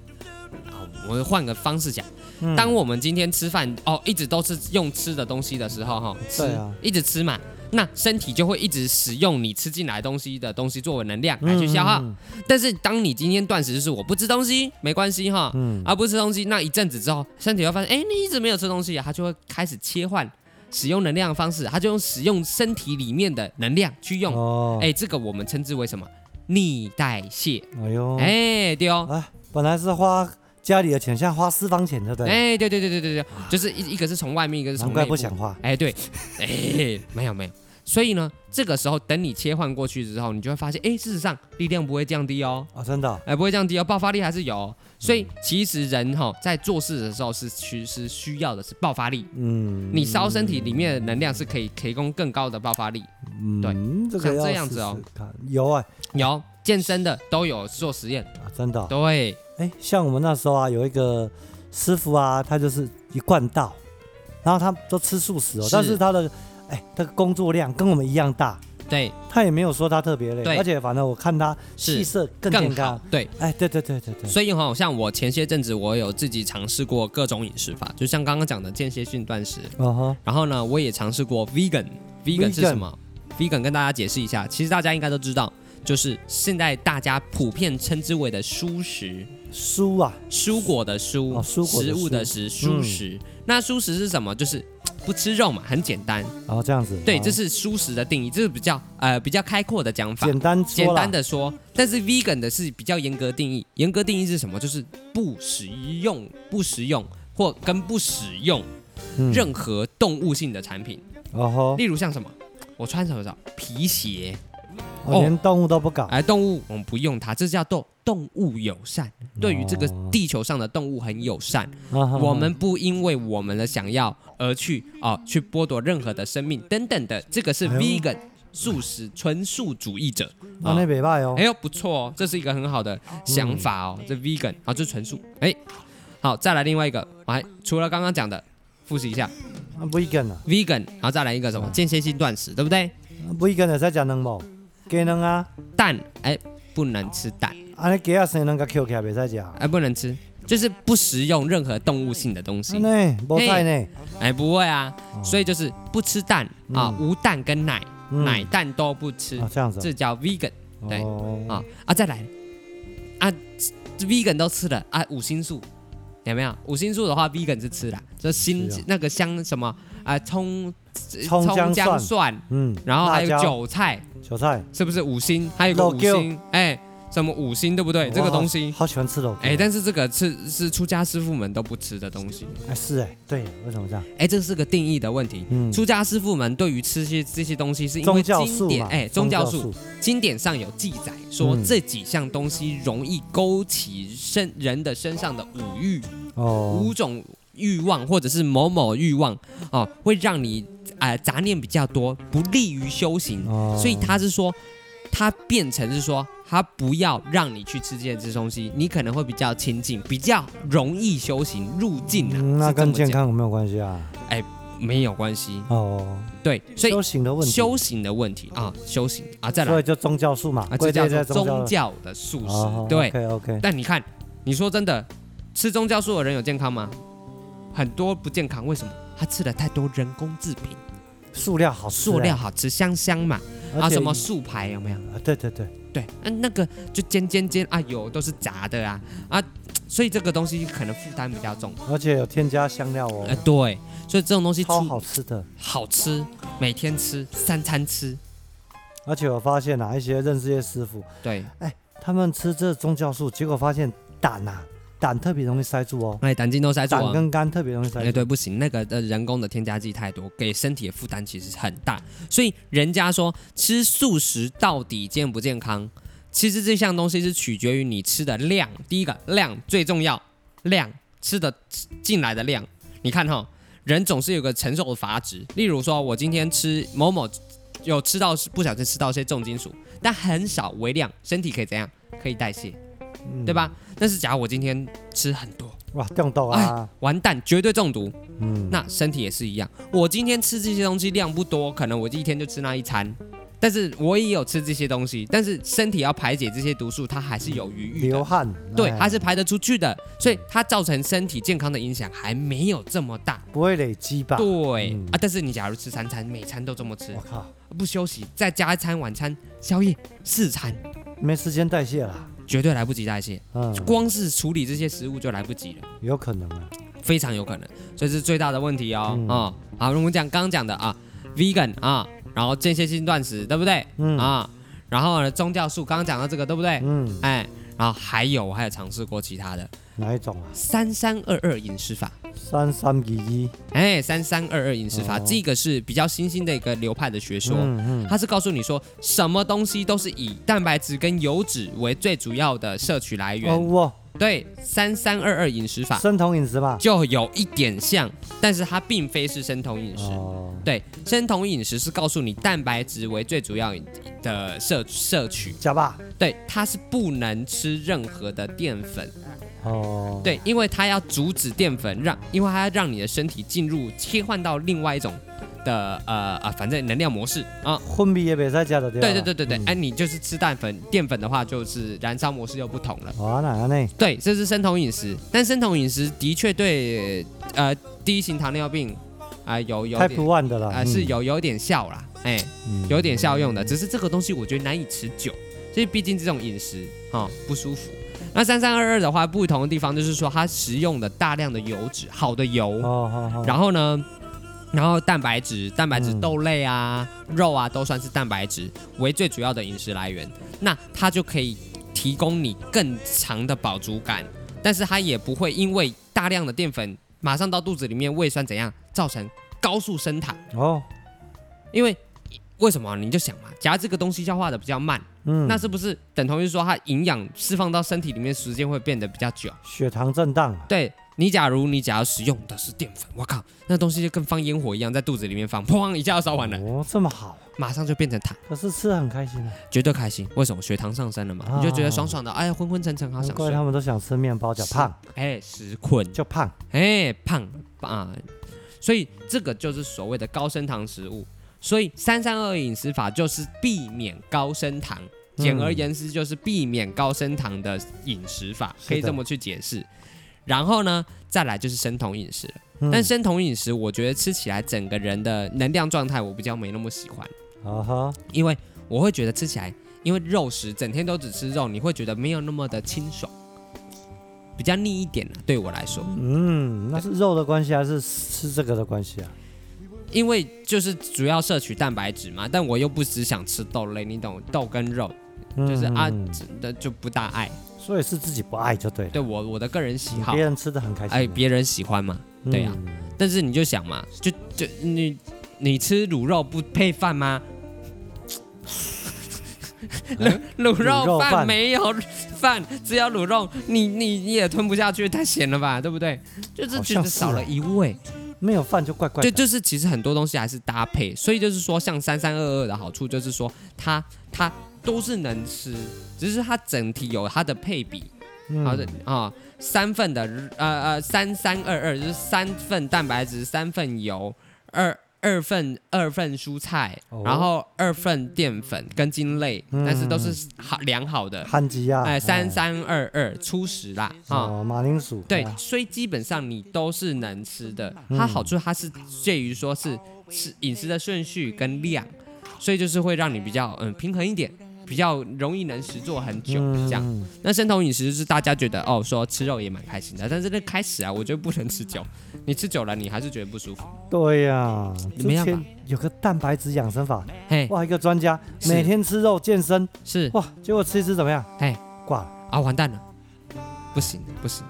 Speaker 4: 啊，我换个方式讲。
Speaker 5: 嗯
Speaker 4: 当我们今天吃饭哦，一直都是用吃的东西的时候，哈，吃
Speaker 5: 对啊
Speaker 4: 一直吃嘛，那身体就会一直使用你吃进来的东西的东西作为能量来去消耗。
Speaker 5: 嗯
Speaker 4: 但是当你今天断食，就是我不吃东西，没关系哈，
Speaker 5: 嗯，
Speaker 4: 啊，不吃东西，那一阵子之后，身体会发现，哎，你一直没有吃东西啊，它就会开始切换使用能量的方式，它就用使用身体里面的能量去用。
Speaker 5: 哦，
Speaker 4: 哎、这个我们称之为什么？逆代谢。
Speaker 5: 哎呦，哎，
Speaker 4: 哎，对哦。
Speaker 5: 本来是花家里的钱，现在花私房钱，对不对？
Speaker 4: 哎，对对对对对对，就是一一个是从外面，一个是从
Speaker 5: 难
Speaker 4: 内
Speaker 5: 怪
Speaker 4: 部
Speaker 5: 不想花。
Speaker 4: 哎，对，哎，没有没有。所以呢，这个时候等你切换过去之后，你就会发现，哎，事实上力量不会降低哦，
Speaker 5: 啊，真的哦，
Speaker 4: 哎，不会降低哦，爆发力还是有哦、所
Speaker 5: 嗯
Speaker 4: 以其实人哈、在做事的时候是需是需要的是爆发力，
Speaker 5: 嗯，
Speaker 4: 你烧身体里面的能量是可以提供更高的爆发力。对
Speaker 5: 嗯，这
Speaker 4: 像
Speaker 5: 个
Speaker 4: 这
Speaker 5: 要
Speaker 4: 样子哦
Speaker 5: 试试看，有哎，
Speaker 4: 有健身的都有做实验，
Speaker 5: 啊，真的哦，
Speaker 4: 对，
Speaker 5: 哎，像我们那时候啊，有一个师傅啊，他就是一贯道，然后他都吃素食哦，
Speaker 4: 是
Speaker 5: 但是他的哎，他的工作量跟我们一样大，
Speaker 4: 对，
Speaker 5: 他也没有说他特别
Speaker 4: 对
Speaker 5: 累，而且反正我看他
Speaker 4: 是
Speaker 5: 气色更
Speaker 4: 更
Speaker 5: 健
Speaker 4: 好
Speaker 5: 康。，
Speaker 4: 对。
Speaker 5: 哎，对对对对对，
Speaker 4: 所以哈、像我前些阵子我有自己尝试过各种饮食法，就像刚刚讲的间歇性断食，
Speaker 5: 哦哈，
Speaker 4: 然后呢，我也尝试过 vegan。vegan 是什么？vegan 跟大家解释一下，其实大家应该都知道，就是现在大家普遍称之为的蔬食，
Speaker 5: 蔬啊，
Speaker 4: 蔬果的蔬，
Speaker 5: 哦蔬果的
Speaker 4: 食物的
Speaker 5: 蔬
Speaker 4: 食，蔬
Speaker 5: 嗯
Speaker 4: 食。那蔬食是什么？就是嘖不吃肉嘛，很简单。
Speaker 5: 然后这样子，
Speaker 4: 对，
Speaker 5: 好
Speaker 4: 这是蔬食的定义，这是比较呃比较开阔的讲法。
Speaker 5: 简单
Speaker 4: 简
Speaker 5: 说啦
Speaker 4: 单的说，但是 vegan 的是比较严格定义，严格定义是什么？就是不使用、不食用或跟不使用
Speaker 5: 嗯
Speaker 4: 任何动物性的产品。
Speaker 5: 哦吼，
Speaker 4: 例如像什么，我穿什么找皮鞋，
Speaker 5: 我连动物都不搞，
Speaker 4: 哎，动物我们不用它，这叫动动物友善，对于这个
Speaker 5: 哦
Speaker 4: 地球上的动物很友善。
Speaker 5: 啊哈
Speaker 4: 我们不因为我们的想要而去哦、去剥夺任何的生命等等的，这个是
Speaker 5: 哎呦
Speaker 4: vegan 素食纯素主义者。
Speaker 5: 啊那北拜哦
Speaker 4: 哎，呦，不错哦，这是一个很好的想法
Speaker 5: 嗯
Speaker 4: 哦，这 vegan 啊，这纯素。哎，好，再来另外一个，哎，除了刚刚讲的，复习一下
Speaker 5: 啊不一根啊，
Speaker 4: vegan，然后再来一个什么间歇性断食，对不对？
Speaker 5: 啊不一根的在讲能某，鸡能啊，
Speaker 4: 蛋，哎，不能吃蛋，
Speaker 5: 啊你鸡啊生能个 Q 起来别再讲，
Speaker 4: 哎，不能吃，就是不食用任何动物性的东西
Speaker 5: 啊。呢，无菜呢，
Speaker 4: 哎，不会啊，所以就是不吃蛋啊，
Speaker 5: 嗯
Speaker 4: 无蛋跟奶，
Speaker 5: 嗯
Speaker 4: 奶蛋都不吃
Speaker 5: 啊，这样子
Speaker 4: 这叫 vegan
Speaker 5: 哦，
Speaker 4: 对
Speaker 5: 哦
Speaker 4: 啊啊，再来啊，vegan 都吃了啊，五星素有没有？五星素的话，vegan 是吃了，这新
Speaker 5: 是啊
Speaker 4: 那个香什么啊，哦葱
Speaker 5: 葱姜蒜
Speaker 4: 蒜，
Speaker 5: 嗯，
Speaker 4: 然后还
Speaker 5: 辣
Speaker 4: 有
Speaker 5: 椒
Speaker 4: 韭菜，
Speaker 5: 韭菜，
Speaker 4: 是不是五星？还有个五
Speaker 5: 肉桂
Speaker 4: 星，哎，什么五星对不对？这
Speaker 5: 哇
Speaker 4: 个东西
Speaker 5: 好。好喜欢吃肉，
Speaker 4: 哎，但是这个是是出家师傅们都不吃的东西，
Speaker 5: 哎是哎，对，为什么这样？
Speaker 4: 哎，这是个定义的问题。
Speaker 5: 嗯，
Speaker 4: 出家师傅们对于吃些这些东西是因为
Speaker 5: 宗教
Speaker 4: 经
Speaker 5: 素
Speaker 4: 典
Speaker 5: 嘛，
Speaker 4: 哎，宗教素，经典上有记载说
Speaker 5: 嗯
Speaker 4: 这几项东西容易勾起身人的身上的五欲、
Speaker 5: 哦
Speaker 4: 五，种欲望，或者是某某欲望哦，会让你啊、呃杂念比较多，不利于修行。
Speaker 5: 哦
Speaker 4: 所以他是说，他变成是说，他不要让你去吃这些东西，你可能会比较亲近，比较容易修行入境啊。
Speaker 5: 嗯那
Speaker 4: 是这
Speaker 5: 跟
Speaker 4: 么
Speaker 5: 健
Speaker 4: 讲
Speaker 5: 康有没有关系啊？
Speaker 4: 没有关系，
Speaker 5: 哦，
Speaker 4: 对，所以
Speaker 5: 修行的问题，
Speaker 4: 修行的问题啊，修行啊，再来
Speaker 5: 所以。就宗教素嘛
Speaker 4: 啊，，
Speaker 5: 归
Speaker 4: 这
Speaker 5: 类
Speaker 4: 叫
Speaker 5: 在
Speaker 4: 做
Speaker 5: 宗教
Speaker 4: 宗
Speaker 5: 的
Speaker 4: 教的素食，
Speaker 5: 哦
Speaker 4: 对。
Speaker 5: ，OK OK，
Speaker 4: 但你看，你说真的，吃宗教素的人有健康吗？很多不健康，为什么？他吃了太多人工制品，
Speaker 5: 塑料好吃，
Speaker 4: 塑料好吃，香香嘛，啊，
Speaker 5: 哎哦啊而且
Speaker 4: 什么素排有没有？
Speaker 5: 啊，对对对，
Speaker 4: 对，嗯、那个就煎煎煎啊，油都是炸的啊啊，所以这个东西可能负担比较重。
Speaker 5: 而且有添加香料哦
Speaker 4: 哎、，对，所以这种东西
Speaker 5: 超
Speaker 4: 出
Speaker 5: 好吃的。
Speaker 4: 好吃，每天吃，三餐吃，
Speaker 5: 而且我发现啊，一些认识一些师傅，
Speaker 4: 对，
Speaker 5: 他们吃这宗教素，结果发现胆啊，胆特别容易塞住哦，
Speaker 4: 哎，胆经都塞住
Speaker 5: 胆
Speaker 4: 啊。
Speaker 5: 跟肝特别容易
Speaker 4: 哎，
Speaker 5: 塞住。
Speaker 4: 对，不行，那个的人工的添加剂太多，给身体的负担其实很大。所以人家说吃素食到底健不健康，其实这项东西是取决于你吃的量。第一个量最重要，量吃的进来的量。你看哈、人总是有个承受的阀值。例如说，我今天吃某某有吃到不小心吃到一些重金属，但很少微量，身体可以怎样？可以代谢，
Speaker 5: 嗯
Speaker 4: 对？吧？但是假如我今天吃很多，
Speaker 5: 哇，中毒啊！
Speaker 4: 完蛋，绝对中毒。
Speaker 5: 嗯，
Speaker 4: 哎那身体也是一样，我今天吃这些东西量不多，可能我一天就吃那一餐，但是我也有吃这些东西，但是身体要排解这些毒素，它还是有余裕
Speaker 5: 流
Speaker 4: 的，
Speaker 5: 汗，
Speaker 4: 对，
Speaker 5: 哎
Speaker 4: 它是排得出去的，所以它造成身体健康的影响还没有这么大。
Speaker 5: 不会累积吧？
Speaker 4: 对
Speaker 5: 嗯
Speaker 4: 啊，但是你假如吃三餐，每餐都这么吃
Speaker 5: 我，靠，
Speaker 4: 不休息，再加一餐晚餐、宵夜、四餐，
Speaker 5: 没时间代谢啦。
Speaker 4: 绝对来不及代谢，
Speaker 5: 嗯，
Speaker 4: 光是处理这些食物就来不及了。
Speaker 5: 有可能啊。
Speaker 4: 非常有可能，所以这是最大的问题哦。
Speaker 5: 嗯
Speaker 4: 哦，好，我们讲刚刚讲的啊，vegan 啊，然后间歇性断食，对不对？
Speaker 5: 嗯
Speaker 4: 啊，然后呢，宗教素，刚刚讲到这个，对不对？
Speaker 5: 嗯，
Speaker 4: 哎，然后还有我还有尝试过其他的
Speaker 5: 哪一种啊？
Speaker 4: 三三二二饮食法。
Speaker 5: 三三一一。
Speaker 4: 哎，三三二二饮食法，
Speaker 5: 哦
Speaker 4: 这个是比较新兴的一个流派的学说。
Speaker 5: 嗯嗯，
Speaker 4: 它是告诉你说，什么东西都是以蛋白质跟油脂为最主要的摄取来源。
Speaker 5: 哦哇，
Speaker 4: 对，三三二二饮食法
Speaker 5: 生酮饮食嘛。
Speaker 4: 就有一点像，但是它并非是生酮饮食。
Speaker 5: 哦，
Speaker 4: 对，生酮饮食是告诉你蛋白质为最主要的摄摄取，
Speaker 5: 假吧。
Speaker 4: 对，它是不能吃任何的淀粉，
Speaker 5: 哦，，
Speaker 4: 对，因为它要阻止淀粉让，因为它要让你的身体进入切换到另外一种的呃呃，反正能量模式啊。
Speaker 5: 昏迷也别再加的对吧。
Speaker 4: 对对对对对，哎、
Speaker 5: 嗯
Speaker 4: 你就是吃淀粉，淀粉的话就是燃烧模式又不同了。
Speaker 5: 哇，哪样呢？
Speaker 4: 对，这是生酮饮食，但生酮饮食的确对呃第一型糖尿病啊、有有
Speaker 5: Type
Speaker 4: 点
Speaker 5: One 的了，
Speaker 4: 啊、是有有点效啦，哎、
Speaker 5: 嗯
Speaker 4: 有点效用的，只是这个东西我觉得难以持久，所以毕竟这种饮食哦不舒服。那三三二二的话，不同的地方就是说它食用的大量的油脂，好的油，
Speaker 5: 哦好好，
Speaker 4: 然后呢，然后蛋白质，蛋白质
Speaker 5: 嗯
Speaker 4: 豆类啊、肉啊都算是蛋白质为最主要的饮食来源，那它就可以提供你更长的饱足感，但是它也不会因为大量的淀粉马上到肚子里面胃酸怎样造成高速升糖。
Speaker 5: 哦，
Speaker 4: 因为为什么？你就想嘛，假如这个东西消化的比较慢，
Speaker 5: 嗯，
Speaker 4: 那是不是等同于说它营养释放到身体里面时间会变得比较久？
Speaker 5: 血糖震荡啊，
Speaker 4: 对你，假如你假如使用的是淀粉，我靠，那东西就跟放烟火一样，在肚子里面放，砰一下就烧完了，
Speaker 5: 哦，这么好，
Speaker 4: 马上就变成糖，
Speaker 5: 可是吃得很开心啊，
Speaker 4: 绝对开心。为什么？血糖上升了嘛，你就觉得爽爽的，哎呀，昏昏沉沉，好
Speaker 5: 难
Speaker 4: 想
Speaker 5: 怪
Speaker 4: 睡
Speaker 5: 他。们都想吃面包，叫胖
Speaker 4: 哎，食困，
Speaker 5: 就胖，
Speaker 4: 哎，胖啊，所以这个就是所谓的高升糖食物。所以三三二饮食法就是避免高升糖，简而言之就是避免高升糖的饮食法，
Speaker 5: 是的
Speaker 4: 可以这么去解释。然后呢，再来就是生酮饮食了。
Speaker 5: 嗯
Speaker 4: 但生酮饮食，我觉得吃起来整个人的能量状态我比较没那么喜欢，
Speaker 5: 啊哈，
Speaker 4: 因为我会觉得吃起来，因为肉食整天都只吃肉，你会觉得没有那么的清爽，比较腻一点啊对我来说。
Speaker 5: 嗯，那是肉的关系还是吃这个的关系啊？
Speaker 4: 因为就是主要摄取蛋白质嘛，但我又不只想吃豆类，你懂，豆跟肉就是啊
Speaker 5: 嗯，嗯
Speaker 4: 那就不大爱。
Speaker 5: 所以是自己不爱就对了，
Speaker 4: 对我我的个人喜好
Speaker 5: 别，人吃的很开心，啊
Speaker 4: 哎，别人喜欢嘛。对啊
Speaker 5: 嗯，
Speaker 4: 但是你就想嘛，就就你你吃卤肉不配饭吗？
Speaker 5: 嗯
Speaker 4: 卤卤
Speaker 5: 卤
Speaker 4: 肉
Speaker 5: 肉
Speaker 4: 饭
Speaker 5: 饭
Speaker 4: 没有饭，只有卤肉，你你你也吞不下去，太咸了吧，对不对？就是
Speaker 5: 好
Speaker 4: 觉
Speaker 5: 像
Speaker 4: 得
Speaker 5: 是
Speaker 4: 少了
Speaker 5: 哦
Speaker 4: 一味。
Speaker 5: 没有饭就怪怪
Speaker 4: 就
Speaker 5: 的，
Speaker 4: 就是其实很多东西还是搭配，所以就是说，像三三二二的好处就是说，它它都是能吃，只是它整体有它的配比，
Speaker 5: 嗯
Speaker 4: 好的啊，三份的呃呃三三二二就是三份蛋白质，三份油，二二份二份蔬菜，
Speaker 5: 哦
Speaker 4: 然后二份淀粉跟精类，
Speaker 5: 嗯
Speaker 4: 但是都是好良好的，
Speaker 5: 汉吉啊，
Speaker 4: 哎，三三二二初食啦啊。
Speaker 5: 哦，马铃薯，
Speaker 4: 对
Speaker 5: 哎，嗯
Speaker 4: 所以基本上你都是能吃的。它好处它是介于说是是饮食的顺序跟量，所以就是会让你比较嗯平衡一点，比较容易能实做很久这样。
Speaker 5: 嗯
Speaker 4: 那生酮饮食就是大家觉得哦说吃肉也蛮开心的，但是那开始啊，我觉得不能吃久，你吃久了你还是觉得不舒服。
Speaker 5: 对呀，
Speaker 4: 怎么样
Speaker 5: 之前
Speaker 4: 吧
Speaker 5: 有个蛋白质养生法，
Speaker 4: 嘿，
Speaker 5: 哇，一个专家
Speaker 4: 是
Speaker 5: 每天吃肉健身，
Speaker 4: 是
Speaker 5: 哇，结果吃一吃怎么样？
Speaker 4: 哎，
Speaker 5: 挂了，
Speaker 4: 啊完蛋了，不行不行，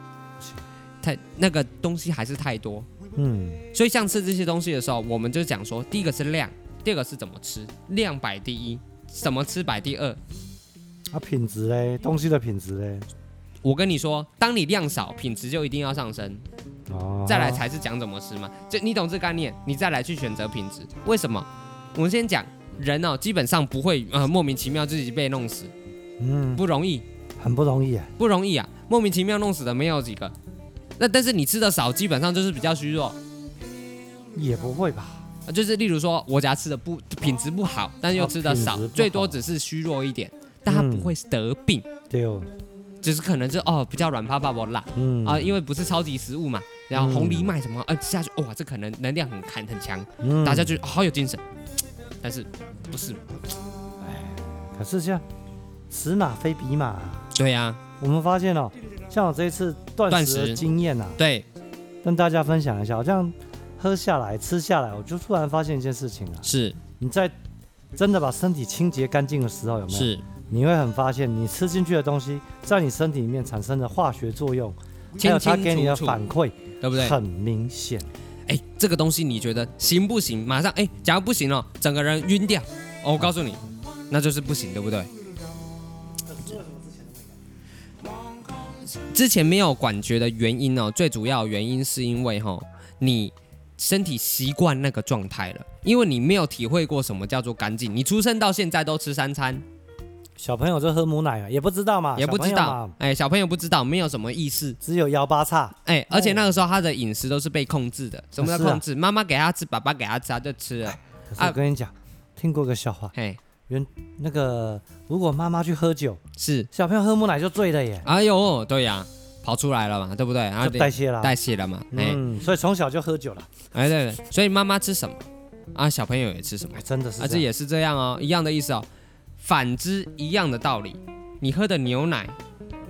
Speaker 4: 太那个东西还是太多。
Speaker 5: 嗯，
Speaker 4: 所以像吃这些东西的时候，我们就讲说，第一个是量，第二个是怎么吃，量摆第一，怎么吃摆第二。
Speaker 5: 啊，品质嘞，东西的品质嘞，
Speaker 4: 我跟你说，当你量少，品质就一定要上升，
Speaker 5: 哦，
Speaker 4: 再来才是讲怎么吃嘛。就你懂这概念，你再来去选择品质。为什么？我们先讲人哦，基本上不会呃莫名其妙自己被弄死，
Speaker 5: 嗯，
Speaker 4: 不容易。
Speaker 5: 很不容易啊，
Speaker 4: 不容易啊，莫名其妙弄死的没有几个。那但是你吃的少，基本上就是比较虚弱，
Speaker 5: 也不会吧？
Speaker 4: 呃就是例如说我家吃的不品质不好，但又吃的
Speaker 5: 哦
Speaker 4: 少
Speaker 5: 品质不，好嗯
Speaker 4: 最多只是虚弱一点，但它不会得病，
Speaker 5: 对哦，
Speaker 4: 只是可能是哦比较软趴趴不辣
Speaker 5: 嗯
Speaker 4: 啊，因为不是超级食物嘛。然后红藜麦什么，呃吃下去哇，这可能能量很强很强，
Speaker 5: 嗯
Speaker 4: 大家就哦好有精神。但是不是？
Speaker 5: 可是像此马非彼马啊，
Speaker 4: 对呀、
Speaker 5: 我们发现哦，像我这一次断
Speaker 4: 断
Speaker 5: 食的
Speaker 4: 食
Speaker 5: 经验啊，
Speaker 4: 对，
Speaker 5: 跟大家分享一下，好像喝下来、吃下来，我就突然发现一件事情啊，
Speaker 4: 是
Speaker 5: 你在真的把身体清洁干净的时候，有没有？
Speaker 4: 是，
Speaker 5: 你会很发现，你吃进去的东西在你身体里面产生的化学作用，还
Speaker 4: 清
Speaker 5: 有它
Speaker 4: 清
Speaker 5: 给你的
Speaker 4: 楚楚，
Speaker 5: 反馈，
Speaker 4: 对不对？
Speaker 5: 很明显。
Speaker 4: 哎，这个东西你觉得行不行？马上哎，假如不行了，整个人晕掉。哦，我告诉你，那就是不行，对不对？之前没有感觉的原因哦，最主要原因是因为哈、你身体习惯那个状态了，因为你没有体会过什么叫做干净。你出生到现在都吃三餐，
Speaker 5: 小朋友就喝母奶啊，也不知道嘛，
Speaker 4: 也不知
Speaker 5: 小朋友
Speaker 4: 道
Speaker 5: 嘛，，
Speaker 4: 哎，小朋友不知道，没有什么意识，
Speaker 5: 只有幺八叉，
Speaker 4: 哎，而且那个时候他的饮食都是被控制的。什么叫
Speaker 5: 是啊
Speaker 4: 控制？妈妈给他吃，爸爸给他吃，他就吃了。
Speaker 5: 可是我
Speaker 4: 啊
Speaker 5: 跟你讲，听过个笑话，
Speaker 4: 哎，
Speaker 5: 那个如果妈妈去喝酒，
Speaker 4: 是。
Speaker 5: 小朋友喝母奶就醉了耶，
Speaker 4: 哎呦，对呀、跑出来了嘛，对不啊对？然后
Speaker 5: 就代谢啦。
Speaker 4: 代谢了嘛，哎、
Speaker 5: 嗯，所以从小就喝酒了，
Speaker 4: 哎对对，所以妈妈吃什么啊，小朋友也吃什么
Speaker 5: 哎，真的是
Speaker 4: 啊，
Speaker 5: 这
Speaker 4: 这
Speaker 5: 样。
Speaker 4: 也是这样哦，一样的意思哦。反之一样的道理，你喝的牛奶，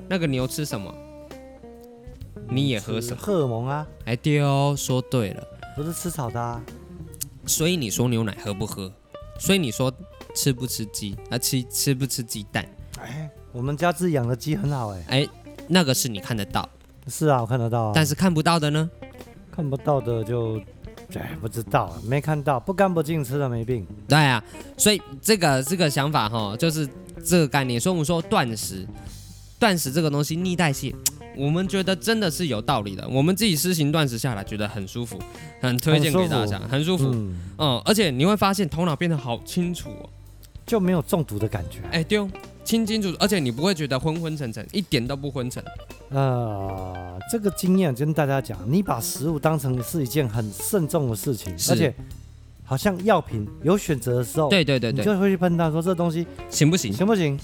Speaker 4: 那个牛吃什么，你也喝什么？
Speaker 5: 荷尔蒙啊，
Speaker 4: 哎丢、说对了，
Speaker 5: 不是吃草的啊。
Speaker 4: 所以你说牛奶喝不喝？所以你说吃不吃鸡啊？吃吃不吃鸡蛋？
Speaker 5: 哎，我们家自己养的鸡很好哎。
Speaker 4: 哎，那个是你看得到，
Speaker 5: 是啊，我看得到啊。
Speaker 4: 但是看不到的呢？
Speaker 5: 看不到的就，哎，不知道，没看到，不干不净吃了没病。
Speaker 4: 对啊，所以这个这个想法哈，就是这个概念。所以我们说断食，断食这个东西逆代谢，我们觉得真的是有道理的。我们自己施行断食下来，觉得很舒服，很推荐给大家，很舒服。嗯
Speaker 5: 嗯，
Speaker 4: 而且你会发现头脑变得好清楚哦，
Speaker 5: 就没有中毒的感觉。
Speaker 4: 哎丢，清清楚楚，而且你不会觉得昏昏沉沉，一点都不昏沉。
Speaker 5: 呃，这个经验跟大家讲，你把食物当成是一件很慎重的事情，
Speaker 4: 是
Speaker 5: 而且好像药品有选择的时候，
Speaker 4: 对对对
Speaker 5: 你
Speaker 4: 对，
Speaker 5: 就会去判断说这东西
Speaker 4: 行不行？
Speaker 5: 行不行，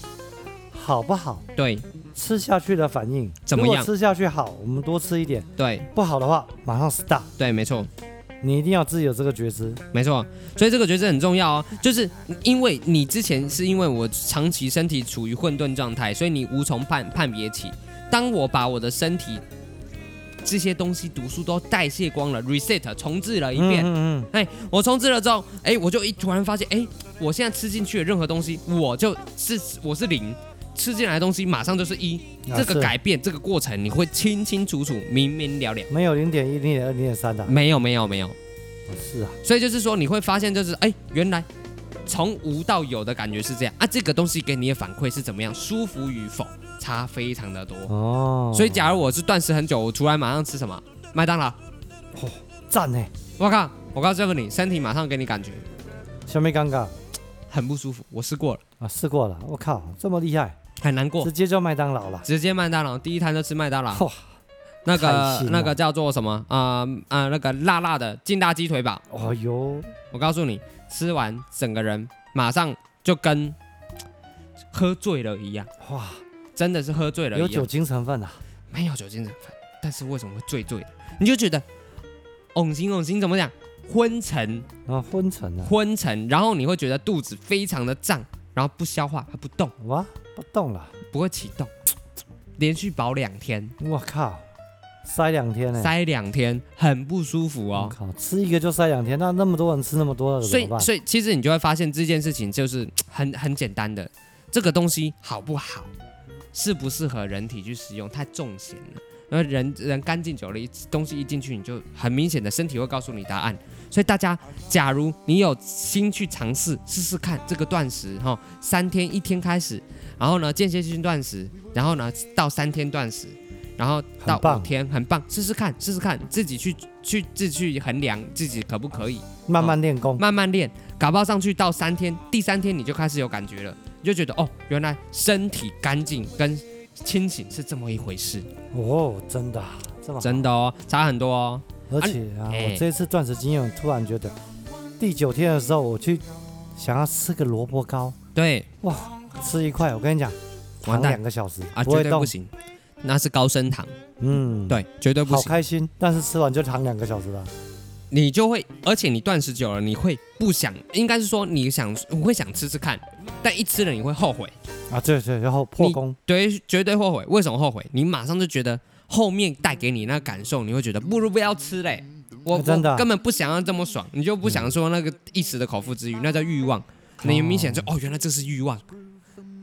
Speaker 5: 好不好，
Speaker 4: 对
Speaker 5: 吃下去的反应
Speaker 4: 怎么
Speaker 5: 如果
Speaker 4: 样
Speaker 5: 吃下去好，我们多吃一点；
Speaker 4: 对
Speaker 5: 不好的话，马上 stop。
Speaker 4: 对，没错。
Speaker 5: 你一定要自己有这个觉知。
Speaker 4: 没错，所以这个角色很重要哦，就是因为你之前是因为我长期身体处于混沌状态，所以你无从判判别起。当我把我的身体这些东西、毒素都代谢光了，reset 重置了一遍，
Speaker 5: 嗯嗯嗯，
Speaker 4: 我重置了之后，哎，我就一突然发现，哎，我现在吃进去的任何东西，我就是我是零，吃进来的东西马上就是一。
Speaker 5: 啊
Speaker 4: 这个
Speaker 5: 是
Speaker 4: 改变，这个过程你会清清楚楚、明明了了。
Speaker 5: 没有零点一、零点二、零点三的，
Speaker 4: 没有，没有，没有。
Speaker 5: 是啊。
Speaker 4: 所以就是说，你会发现，就是哎，原来从无到有的感觉是这样啊。这个东西给你的反馈是怎么样，舒服与否差非常的多。
Speaker 5: 哦，
Speaker 4: 所以，假如我是断食很久，我突然马上吃什么麦当劳，
Speaker 5: 赞呢，
Speaker 4: 我靠！我告诉你，身体马上给你感觉
Speaker 5: 小妹尴尬
Speaker 4: 很不舒服。我试过了，
Speaker 5: 啊，试过了，我靠，这么厉害，
Speaker 4: 很难过
Speaker 5: 直，接就麦当劳了。
Speaker 4: 直接麦当劳第一摊就吃麦当劳。
Speaker 5: 哇，
Speaker 4: 那
Speaker 5: 开
Speaker 4: 个
Speaker 5: 心啊
Speaker 4: 那个叫做什么啊啊、那个辣辣的劲辣鸡腿堡，
Speaker 5: 哦哟，
Speaker 4: 我告诉你，吃完整个人马上就跟喝醉了一样。
Speaker 5: 哇，
Speaker 4: 真的是喝醉了一
Speaker 5: 有
Speaker 4: 样，
Speaker 5: 酒精成分啊，
Speaker 4: 没有酒精成分，但是为什么会醉醉的？你就觉得哦呕心呕心怎么讲？昏沉
Speaker 5: 啊，昏沉啊，
Speaker 4: 昏沉，然后你会觉得肚子非常的胀，然后不消化，它不动，
Speaker 5: 哇，不动了，
Speaker 4: 不会启动，连续饱两天，
Speaker 5: 我靠，塞两天呢，
Speaker 4: 塞两天，很不舒服
Speaker 5: 我
Speaker 4: 哦。
Speaker 5: 靠，吃一个就塞两天，那那么多人吃那么多了
Speaker 4: 所
Speaker 5: 怎
Speaker 4: 以
Speaker 5: 么，办？
Speaker 4: 所以其实你就会发现这件事情就是很很简单的，这个东西好不好，适不适合人体去使用，太重咸了。然后人人干净久了，一东西一进去，你就很明显的身体会告诉你答案。所以大家，假如你有心去尝试试试看这个断食哈、三天一天开始，然后呢间歇性断食，然后呢到三天断食，然后到
Speaker 5: 很棒
Speaker 4: 五天，很棒，试试看，试试看，自己去去自己去衡量自己可不可以。
Speaker 5: 慢慢练功，
Speaker 4: 慢慢练，搞不好上去到三天，第三天你就开始有感觉了，你就觉得哦，原来身体干净跟清醒是这么一回事，
Speaker 5: 哦，真的啊，这么好
Speaker 4: 嗯真的哦，差很多哦。
Speaker 5: 而且啊，
Speaker 4: 哎
Speaker 5: 我这次断食经验，我突然觉得，第九天的时候，我去想要吃个萝卜糕，
Speaker 4: 对，
Speaker 5: 吃一块，我跟你讲，
Speaker 4: 完
Speaker 5: 躺
Speaker 4: 蛋
Speaker 5: 两个小时，
Speaker 4: 啊，
Speaker 5: 不会
Speaker 4: 绝对
Speaker 5: 动
Speaker 4: 不，行，那是高升糖，
Speaker 5: 嗯，，
Speaker 4: 对，绝对不
Speaker 5: 好
Speaker 4: 行，
Speaker 5: 开心，但是吃完就躺两个小时了，
Speaker 4: 你就会，而且你断食久了，你会不想，应该是说你想，你会想吃吃看，但一吃了你会后悔，
Speaker 5: 啊，对对，然后破
Speaker 4: 你
Speaker 5: 功，
Speaker 4: 对，绝对后悔。为什么后悔？你马上就觉得后面带给你那个感受，你会觉得不如不要吃嘞。我、
Speaker 5: 啊真的啊
Speaker 4: 我根本不想要这么爽，你就不想说那个一时的口腹之欲，那叫欲望。你明显就哦，原来这是欲望。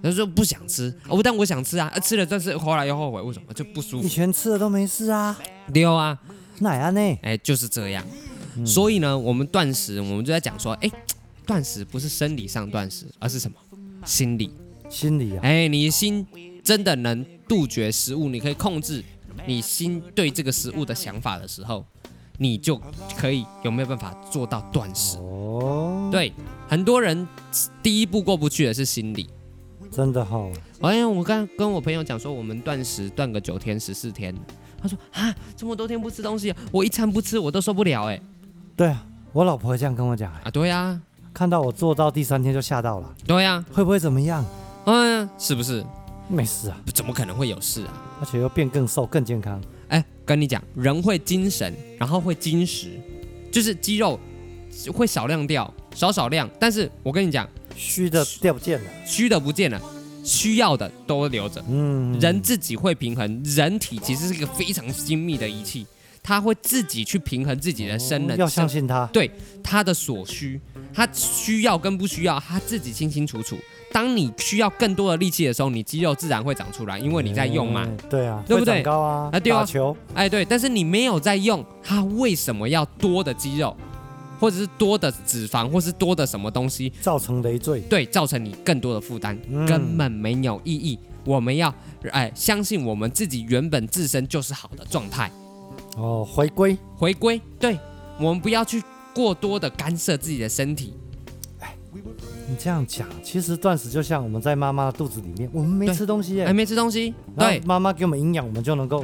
Speaker 4: 他说不想吃，哦，但我想吃啊，啊吃了，但是后来又后悔，为什么就不舒
Speaker 5: 以
Speaker 4: 服？
Speaker 5: 前吃的都没事啊，
Speaker 4: 丢啊，
Speaker 5: 哪样呢？
Speaker 4: 哎，就是这样。所以呢，我们断食，我们就在讲说，哎，断食不是生理上断食，而是什么？心理。
Speaker 5: 心理啊，
Speaker 4: 哎，你心真的能杜绝食物，你可以控制你心对这个食物的想法的时候，你就可以有没有办法做到断食？
Speaker 5: 哦，
Speaker 4: 对，很多人第一步过不去的是心理。
Speaker 5: 真的哈、
Speaker 4: 哎呀，我刚跟我朋友讲说，我们断食断个九天十四天，他说啊，这么多天不吃东西，我一餐不吃我都受不了哎
Speaker 5: 对啊，我老婆这样跟我讲，哎
Speaker 4: 啊，对呀、啊，
Speaker 5: 看到我做到第三天就吓到了，
Speaker 4: 对呀、
Speaker 5: 会不会怎么样？
Speaker 4: 啊，嗯、是不是？
Speaker 5: 没事啊，
Speaker 4: 怎么可能会有事啊？
Speaker 5: 而且又变更瘦、更健康，
Speaker 4: 哎，跟你讲，人会精神，然后会精实，就是肌肉会少量掉，少少量。但是我跟你讲，
Speaker 5: 虚的掉不见了。
Speaker 4: 虚的不见了，需要的都留着。
Speaker 5: 嗯，
Speaker 4: 人自己会平衡，人体其实是一个非常精密的仪器，它会自己去平衡自己的生
Speaker 5: 哦
Speaker 4: 能、
Speaker 5: 要
Speaker 4: 生
Speaker 5: 相信他。
Speaker 4: 他的所需，他需要跟不需要，他自己清清楚楚。当你需要更多的力气的时候，你肌肉自然会长出来，因为你在用嘛。
Speaker 5: 嗯？对啊，
Speaker 4: 对不对
Speaker 5: 会长高啊，
Speaker 4: 啊对啊
Speaker 5: 打球
Speaker 4: 哎，对，但是你没有在用，它为什么要多的肌肉，或者是多的脂肪，或是多的什么东西，
Speaker 5: 造成累赘。
Speaker 4: 对，造成你更多的负担，
Speaker 5: 嗯
Speaker 4: 根本没有意义。我们要哎，相信我们自己原本自身就是好的状态，
Speaker 5: 哦，回归
Speaker 4: 回归。对，我们不要去过多的干涉自己的身体。
Speaker 5: 你这样讲，其实断食就像我们在妈妈的肚子里面，我们没
Speaker 4: 对
Speaker 5: 吃东西
Speaker 4: 哎，
Speaker 5: 耶，
Speaker 4: 没吃东西，
Speaker 5: 然后
Speaker 4: 对，
Speaker 5: 妈妈给我们营养，我们就能够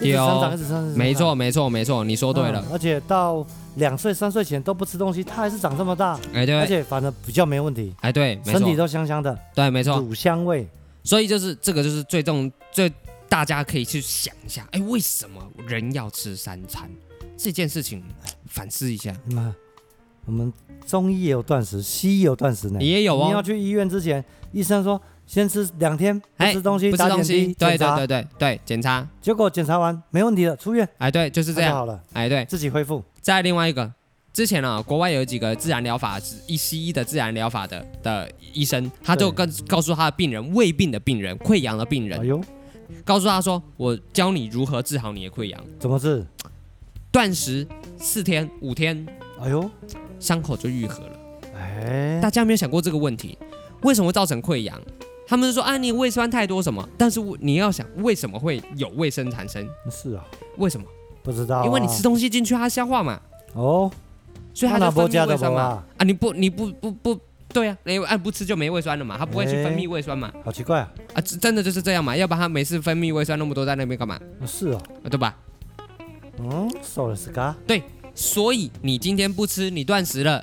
Speaker 5: 一直
Speaker 4: 有
Speaker 5: 生长，一直生长，一直生长
Speaker 4: 没错，，没错，没错，你说对了
Speaker 5: 嗯嗯。而且到两岁、三岁前都不吃东西，它还是长这么大，
Speaker 4: 哎，
Speaker 5: 而
Speaker 4: 对，
Speaker 5: 且反正比较没问题，
Speaker 4: 哎，对，没
Speaker 5: 身体
Speaker 4: 错，
Speaker 5: 都香香的，
Speaker 4: 对，没错。
Speaker 5: 乳香味。
Speaker 4: 所以就是这个就是最重最大家可以去想一下，哎，为什么人要吃三餐这件事情，哎反思一下。
Speaker 5: 那嗯我们中医也有断食，西医也有断食呢，
Speaker 4: 也有哦
Speaker 5: 你要去医院之前，医生说先吃两天不
Speaker 4: 哎
Speaker 5: 吃东西，
Speaker 4: 不吃
Speaker 5: 打
Speaker 4: 东
Speaker 5: 点
Speaker 4: 西，
Speaker 5: 滴，
Speaker 4: 对
Speaker 5: 检查
Speaker 4: 对对对对，检查，
Speaker 5: 结果检查完没问题了，出院
Speaker 4: 哎，对，就是
Speaker 5: 是
Speaker 4: 这
Speaker 5: 好
Speaker 4: 样，
Speaker 5: 了，
Speaker 4: 哎，对。
Speaker 5: 自己恢复。
Speaker 4: 再另外一个，之前啊，国外有几个自然疗法是一西医的自然疗法的的医生，他就
Speaker 5: 对
Speaker 4: 跟告诉他的病人，胃病的病人、溃疡的病
Speaker 5: 哎
Speaker 4: 人，
Speaker 5: 呦，
Speaker 4: 告诉他说，我教你如何治好你的溃疡，
Speaker 5: 怎么治？
Speaker 4: 断食四天五天，
Speaker 5: 哎呦，
Speaker 4: 伤口就愈合了。
Speaker 5: 哎，
Speaker 4: 大家有没有想过这个问题？为什么会造成溃疡？他们说啊，你胃酸太多什么？但是你要想，为什么会有胃酸产生？
Speaker 5: 是啊，
Speaker 4: 为什么？
Speaker 5: 不知道啊，
Speaker 4: 因为你吃东西进去，它消化嘛，
Speaker 5: 哦，
Speaker 4: 所以它就分泌胃酸
Speaker 5: 那哪
Speaker 4: 嘛。啊，你不，你不不不，对啊，你按不吃就没胃酸了嘛，它不会去分泌胃酸嘛。
Speaker 5: 好奇怪啊，
Speaker 4: 啊，这真的就是这样嘛，要不然它每次分泌胃酸那么多在那边干嘛？
Speaker 5: 是啊，
Speaker 4: 啊，对吧？
Speaker 5: 嗯，瘦了是嘎，
Speaker 4: 所以你今天不吃，你断食了，